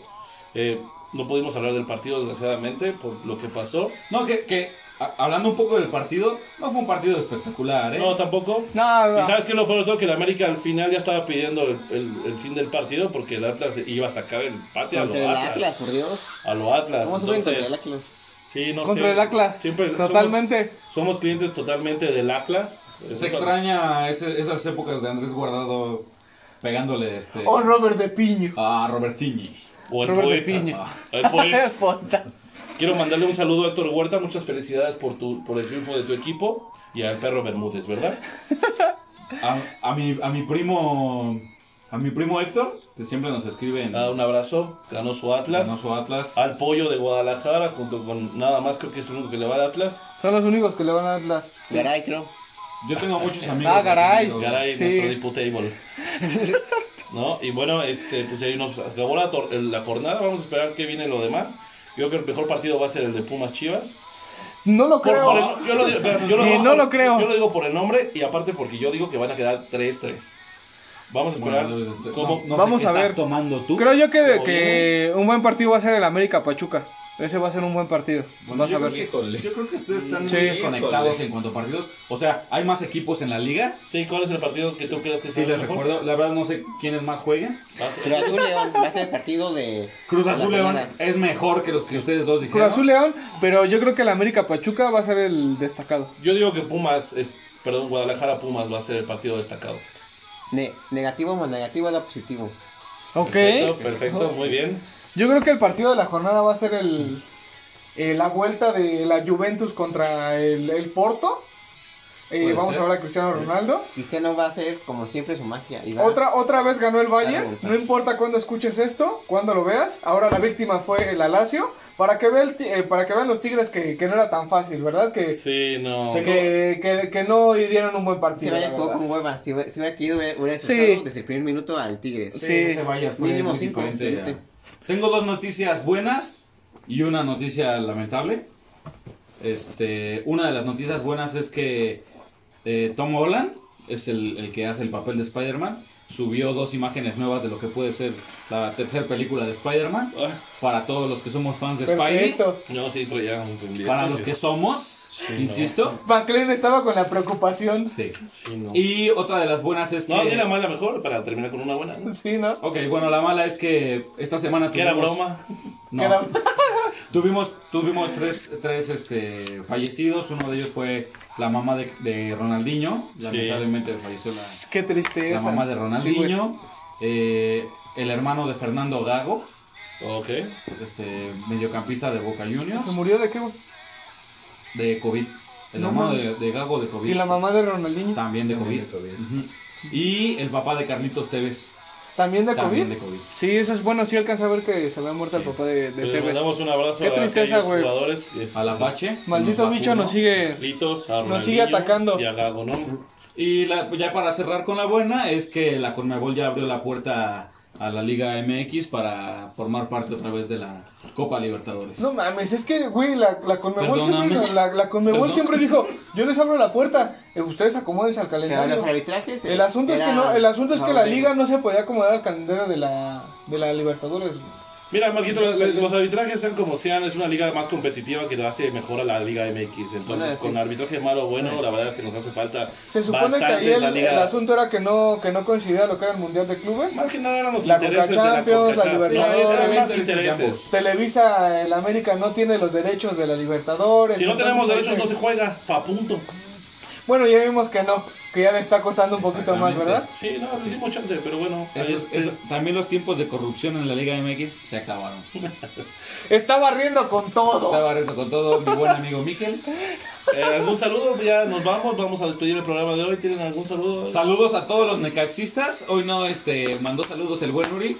Speaker 1: Eh, no pudimos hablar del partido, desgraciadamente, por lo que pasó.
Speaker 2: No, que, que a- hablando un poco del partido, no fue un partido espectacular, ¿eh?
Speaker 1: No, tampoco.
Speaker 3: No, no.
Speaker 1: Y sabes que lo peor de todo que el América al final ya estaba pidiendo el, el- el fin del partido porque el Atlas iba a sacar el empate a los
Speaker 4: Contra el
Speaker 1: Atlas.
Speaker 4: Atlas, por Dios.
Speaker 1: A los Atlas.
Speaker 4: ¿Cómo suben
Speaker 1: entonces,
Speaker 4: contra el Atlas?
Speaker 1: Sí, no
Speaker 3: Contra
Speaker 1: sé.
Speaker 3: el Atlas.
Speaker 1: Siempre somos-
Speaker 3: Totalmente.
Speaker 1: Somos, clientes totalmente del Atlas.
Speaker 2: Se extraña ese- esas épocas de Andrés Guardado pegándole este
Speaker 3: O Oh, Robert de Piño.
Speaker 2: a Robertini.
Speaker 1: O el
Speaker 3: Robert
Speaker 1: poeta.
Speaker 3: Piña.
Speaker 1: El poeta.
Speaker 3: Puta.
Speaker 1: Quiero mandarle un saludo a Héctor Huerta, muchas felicidades por tu por el triunfo de tu equipo y al perro Bermúdez, ¿verdad?
Speaker 2: A, a mi, a mi primo a mi primo Héctor, que siempre nos escribe en
Speaker 1: Nada, un abrazo, ganó su Ah, Atlas.
Speaker 2: en su Atlas.
Speaker 1: Al pollo de Guadalajara, junto con nada más, creo que es el único que le va al Atlas.
Speaker 3: Son los únicos que le van a dar las.
Speaker 4: Garay, creo.
Speaker 2: Yo tengo muchos amigos.
Speaker 3: Ah, caray.
Speaker 2: argentinos.
Speaker 1: Garay,
Speaker 3: Sí.
Speaker 1: nuestro diputable. ¿No? Y bueno, este, pues ahí nos acabó la, tor- la jornada, vamos a esperar que viene lo demás. Yo creo que el mejor partido va a ser el de Pumas Chivas.
Speaker 3: No lo
Speaker 1: Por-
Speaker 3: creo.
Speaker 1: por el- yo lo digo- pero yo
Speaker 3: Que no lo creo.
Speaker 1: Yo lo digo por el nombre y aparte porque yo digo que van a quedar 3-3. Vamos a esperar
Speaker 2: Bueno, entonces, este,
Speaker 1: cómo-
Speaker 2: no- no sé
Speaker 3: Vamos
Speaker 2: qué
Speaker 3: a
Speaker 2: estás
Speaker 3: ver.
Speaker 2: tomando tú.
Speaker 3: Creo yo que,
Speaker 1: Oye.
Speaker 3: que un buen partido va a ser el América Pachuca. Ese va a ser un buen partido.
Speaker 2: Bueno,
Speaker 3: Vas
Speaker 2: yo,
Speaker 3: a ver.
Speaker 2: creo que, yo creo que ustedes están
Speaker 3: Sí.
Speaker 2: muy desconectados en cuanto a partidos. O sea, hay más equipos en la liga.
Speaker 1: Sí, ¿cuál es el partido que tú crees que
Speaker 2: Sí,
Speaker 1: sea el
Speaker 2: les
Speaker 1: mejor? Ah,
Speaker 2: recuerdo. La verdad, no sé quiénes más jueguen.
Speaker 1: Vas-
Speaker 4: Cruz Azul León va a ser el partido de.
Speaker 2: Cruz
Speaker 4: de la
Speaker 2: Azul León
Speaker 4: jornada.
Speaker 2: es mejor que los que ustedes dos dijeron.
Speaker 3: Cruz Azul León, pero yo creo que el América Pachuca va a ser el destacado.
Speaker 1: Yo digo que Pumas, es- perdón, Guadalajara Pumas va a ser el partido destacado.
Speaker 4: Ne- negativo más negativo da positivo.
Speaker 3: Ok.
Speaker 1: Perfecto, perfecto, muy bien.
Speaker 3: Yo creo que el partido de la jornada va a ser el, eh, la vuelta de la Juventus contra el, el Porto. Eh,
Speaker 2: Puede
Speaker 3: vamos
Speaker 2: ser.
Speaker 3: a hablar a Cristiano Ronaldo.
Speaker 4: Cristiano este va a hacer, como siempre, su magia. Y va
Speaker 3: Otra, otra vez ganó el Bayern.
Speaker 4: vuelta.
Speaker 3: No importa cuándo escuches esto, cuándo lo veas. Ahora la víctima fue el Alacio. Para que, vea el ti- eh, para que vean los Tigres que, que no era tan fácil, ¿verdad? Que,
Speaker 1: Sí, no.
Speaker 3: que, que- que no dieron un buen
Speaker 4: Se
Speaker 3: partido.
Speaker 4: vaya
Speaker 3: la
Speaker 4: juego
Speaker 3: verdad.
Speaker 4: con hueva. Si hubiera, si hubiera querido, hubiera, hubiera
Speaker 3: Sí.
Speaker 4: soltado desde el primer minuto al Tigres.
Speaker 2: Sí,
Speaker 3: Sí.
Speaker 2: este Bayern fue
Speaker 4: Mínimo
Speaker 2: muy
Speaker 4: cinco,
Speaker 2: diferente.
Speaker 4: fíjate.
Speaker 2: Tengo dos noticias buenas y una noticia lamentable. Este, una de las noticias buenas es que eh, Tom Holland es el, el que hace el papel de Spider-Man. Subió dos imágenes nuevas de lo que puede ser la tercera película de Spider-Man.
Speaker 1: Ah,
Speaker 2: Para todos los que somos fans de Spider-Man.
Speaker 3: Perfecto.
Speaker 1: No, sí, pero ya entendí.
Speaker 2: Para los que somos,
Speaker 1: no.
Speaker 2: insisto.
Speaker 3: McLean estaba con la preocupación.
Speaker 2: Sí.
Speaker 1: Sí, no.
Speaker 2: Y otra de las buenas es que.
Speaker 1: No, di la mala mejor para terminar con una buena. ¿no?
Speaker 3: Sí, ¿no?
Speaker 2: Ok, bueno, la mala es que esta semana
Speaker 1: Que era
Speaker 2: tuvimos-
Speaker 1: broma.
Speaker 2: No.
Speaker 3: Que era-
Speaker 2: Tuvimos, tuvimos tres, tres este, fallecidos. Uno de ellos fue la mamá de, de Ronaldinho. Lamentablemente falleció la,
Speaker 3: Qué tristeza.
Speaker 2: la mamá de
Speaker 3: Sí, güey.
Speaker 2: Ronaldinho. Eh, el hermano de Fernando Gago,
Speaker 1: Ok.
Speaker 2: este, mediocampista de Boca Juniors,
Speaker 3: ¿Se murió de qué, güey?
Speaker 2: de COVID. El
Speaker 3: No
Speaker 2: hermano de,
Speaker 3: mames.
Speaker 2: de Gago de COVID.
Speaker 3: ¿Y la mamá de Ronaldinho?
Speaker 2: También de COVID.
Speaker 5: También de COVID.
Speaker 2: Ujú. Y el papá de Carlitos Tevez.
Speaker 3: ¿También de
Speaker 2: También
Speaker 3: COVID?
Speaker 2: de COVID.
Speaker 3: Sí, eso es bueno. Sí alcanza a ver que se había muerto el papá de, de
Speaker 1: Les
Speaker 3: Tevez.
Speaker 1: mandamos un abrazo
Speaker 3: Qué
Speaker 1: a
Speaker 3: tristeza,
Speaker 1: aquellos
Speaker 3: güey.
Speaker 1: jugadores. es-
Speaker 2: Al Apache. que
Speaker 3: Maldito
Speaker 2: nos
Speaker 3: bicho
Speaker 2: vacunó.
Speaker 3: nos sigue.
Speaker 1: Carlitos, a
Speaker 3: Nos sigue
Speaker 1: Ronaldinho
Speaker 3: atacando.
Speaker 1: Y a Gago, ¿no?
Speaker 2: Y la- pues ya para cerrar con la buena, es que la Conmebol ya abrió la puerta a la Liga MX para formar parte otra vez de la Copa Libertadores.
Speaker 3: No mames, es que, güey, la, la Conmebol,
Speaker 2: Perdóname.
Speaker 3: siempre, la, la Conmebol
Speaker 2: Perdón.
Speaker 3: siempre dijo, yo les abro la puerta, eh, ustedes acomódense al
Speaker 4: Pero los
Speaker 3: calendario.
Speaker 4: arbitrajes. eh,
Speaker 3: El asunto es que
Speaker 4: era-
Speaker 3: no, el asunto es que la
Speaker 4: de-
Speaker 3: liga no se podía acomodar al calendario de la, de la Libertadores. güey.
Speaker 1: Mira, Marquito, los, los arbitrajes sean como sean, es una liga más competitiva que lo hace mejor a la Liga MX. Entonces,
Speaker 4: Bueno, sí.
Speaker 1: con arbitraje malo o bueno, la verdad es que nos hace falta
Speaker 3: Se supone que ahí
Speaker 1: bastante
Speaker 3: el,
Speaker 1: la
Speaker 3: el
Speaker 1: liga.
Speaker 3: asunto era que no, que no coincidía lo que era el Mundial de Clubes.
Speaker 1: Más que nada eran los
Speaker 3: La
Speaker 1: intereses de la
Speaker 3: Concachampions, la
Speaker 1: Concacaf.
Speaker 3: Libertadores,
Speaker 1: No, eran más
Speaker 2: intereses de
Speaker 1: intereses.
Speaker 2: ambos.
Speaker 3: Televisa, el América no tiene los derechos de la Libertadores.
Speaker 1: Si no tenemos
Speaker 3: entonces,
Speaker 1: derechos, no se juega. Pa' punto.
Speaker 3: Bueno, ya vimos que no, que ya le está costando un poquito más,
Speaker 2: Exactamente.
Speaker 3: ¿verdad?
Speaker 1: Sí, no, le hicimos chance, pero bueno.
Speaker 2: Eso es-
Speaker 1: este,
Speaker 2: eso- también los tiempos de corrupción en la Liga MX se acabaron.
Speaker 3: Está barriendo con todo.
Speaker 2: Estaba reto con todo mi buen amigo Miquel.
Speaker 1: eh, ¿Algún saludo? Ya nos vamos. Vamos a despedir el programa de hoy. ¿Tienen algún saludo?
Speaker 2: Saludos a todos los necaxistas. Hoy no este mandó saludos el buen Uri.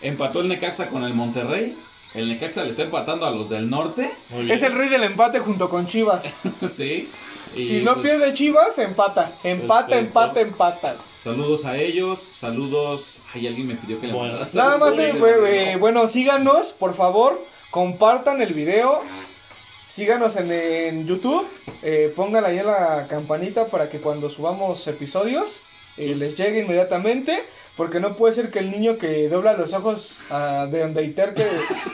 Speaker 2: Empató el Necaxa con el Monterrey. El Necaxa le está empatando a los del norte.
Speaker 1: Muy bien.
Speaker 3: Es el rey del empate junto con Chivas.
Speaker 2: sí. Y,
Speaker 3: Si no
Speaker 2: pues, este,
Speaker 3: pierde Chivas, empata. Empata,
Speaker 1: Perfecto.
Speaker 3: empata, empata.
Speaker 2: Saludos a ellos. Saludos. Ay, alguien me pidió que le
Speaker 1: Bueno.
Speaker 2: mandara
Speaker 3: Nada más,
Speaker 2: saludos.
Speaker 3: eh, eh, bueno, síganos, por favor. Compartan el video. Síganos en, en YouTube. Eh, pónganle ahí en la campanita para que cuando subamos episodios eh, les llegue inmediatamente. Porque no puede ser que el niño que dobla los ojos ah, de Undertaker, que-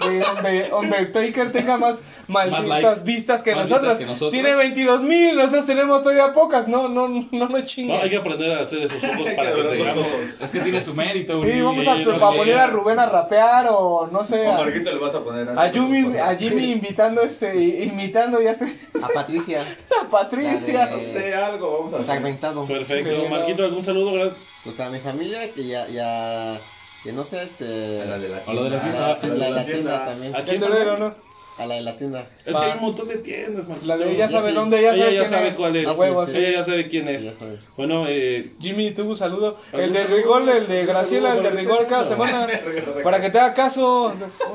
Speaker 3: de Unde- Undertaker tenga más malditas
Speaker 2: likes.
Speaker 3: vistas que,
Speaker 2: Más vistas
Speaker 3: nosotros.
Speaker 2: que nosotros.
Speaker 3: Tiene 22 mil, nosotros tenemos todavía pocas. No, no, no nos chinguen.
Speaker 1: No, hay que aprender a hacer esos ojos para que
Speaker 5: Cabrón, los
Speaker 1: tengamos.
Speaker 5: ojos.
Speaker 2: Es que tiene su mérito, Uri.
Speaker 3: Sí, vamos
Speaker 1: Sí,
Speaker 3: a,
Speaker 1: eso
Speaker 3: pa'
Speaker 1: que-
Speaker 3: poner a Rubén a rapear o no sé.
Speaker 5: O
Speaker 3: a-
Speaker 5: Marquito le vas a poner así.
Speaker 3: A Yumi,
Speaker 5: Por-
Speaker 3: a Jimmy invitando este, imitando ya estoy
Speaker 4: A Patricia.
Speaker 3: a Patricia.
Speaker 4: La
Speaker 5: No sé, algo vamos a hacer.
Speaker 4: Fragmentado.
Speaker 1: Perfecto.
Speaker 3: Sí,
Speaker 1: Marquito, ¿algún saludo? Gra-
Speaker 4: Pues a mi familia que ya. ya que no sé, este.
Speaker 5: A la de la
Speaker 2: A la de la
Speaker 4: a
Speaker 5: tienda.
Speaker 4: la tienda,
Speaker 5: A
Speaker 4: la de la tienda también.
Speaker 1: ¿A quién?
Speaker 3: Entendero, ¿no?
Speaker 4: A la de la tienda.
Speaker 1: Es que hay un montón de tiendas, Marquito.
Speaker 3: La de ella
Speaker 4: Ya
Speaker 3: sabe
Speaker 4: sé.
Speaker 3: dónde, ya
Speaker 1: Ella
Speaker 3: sabe
Speaker 1: ya
Speaker 3: quién
Speaker 1: sabe
Speaker 3: es.
Speaker 1: cuál es.
Speaker 3: A huevo,
Speaker 4: Sí,
Speaker 3: sí.
Speaker 1: Ella ya sabe quién es.
Speaker 4: Ya sabes.
Speaker 1: Bueno, eh,
Speaker 3: Jimmy, tuvo un saludo. El
Speaker 1: ¿Algún
Speaker 3: de
Speaker 1: saludo?
Speaker 3: Rigol, el de
Speaker 1: ¿Algún
Speaker 3: Graciela, el
Speaker 1: saludo
Speaker 3: de
Speaker 1: para
Speaker 3: Rigol
Speaker 1: este
Speaker 3: cada
Speaker 1: tío?
Speaker 3: semana. Para que te haga caso.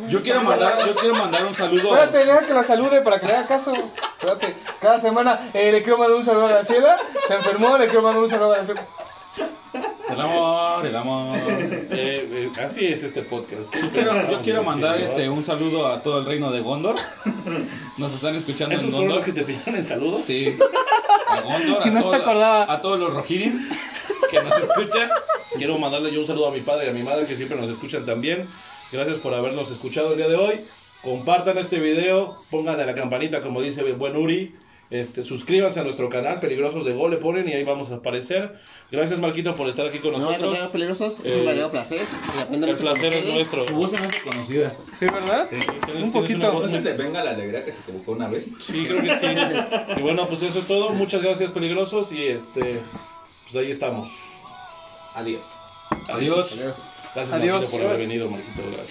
Speaker 2: Yo quiero mandar, yo quiero mandar un saludo.
Speaker 3: Espérate, deja que la salude para que le haga caso. Espérate, cada semana eh, le quiero mandar un saludo a Graciela. Se enfermó, le quiero mandar un saludo a Graciela.
Speaker 2: El amor, el amor.
Speaker 1: eh, eh, así es este podcast.
Speaker 2: Yo quiero, yo quiero mandar este un saludo a todo el reino de Gondor. Nos están escuchando
Speaker 1: ¿Esos
Speaker 2: en
Speaker 1: fueron los
Speaker 2: Gondor.
Speaker 1: que te pidieron en saludos?
Speaker 2: Sí. A Gondor,
Speaker 3: Que
Speaker 2: a,
Speaker 3: no se
Speaker 2: todo-
Speaker 3: acordaba.
Speaker 2: a todos los Rohirrim que nos escuchan.
Speaker 1: Quiero mandarle yo un saludo a mi padre y a mi madre que siempre nos escuchan también. Gracias por habernos escuchado el día de hoy. Compartan este video, pónganle la campanita como dice el buen Uri. Este, suscríbanse a nuestro canal Peligrosos de Gol, le ponen y ahí vamos a aparecer. Gracias Marquito por estar aquí con
Speaker 4: No, al
Speaker 1: nosotros.
Speaker 4: contrario, peligrosos. Es
Speaker 1: Eh,
Speaker 4: un verdadero placer. Y aprendo
Speaker 1: el
Speaker 4: mucho con
Speaker 1: placer es
Speaker 4: ustedes.
Speaker 1: nuestro.
Speaker 2: Su voz se me hace conocida.
Speaker 3: Sí, ¿verdad?
Speaker 1: Tienes-
Speaker 3: Un
Speaker 1: tienes una
Speaker 3: poquito.
Speaker 5: ¿No
Speaker 1: voz
Speaker 5: se
Speaker 1: muy-
Speaker 5: te venga la alegría que se te buscó una vez?
Speaker 1: Sí, creo que sí. Y bueno, pues eso es todo. Muchas gracias Peligrosos y este pues ahí estamos.
Speaker 5: Adiós.
Speaker 2: Adiós.
Speaker 4: Adiós.
Speaker 1: Gracias
Speaker 3: Adiós.
Speaker 1: Marquito por haber venido, Marquito. Gracias.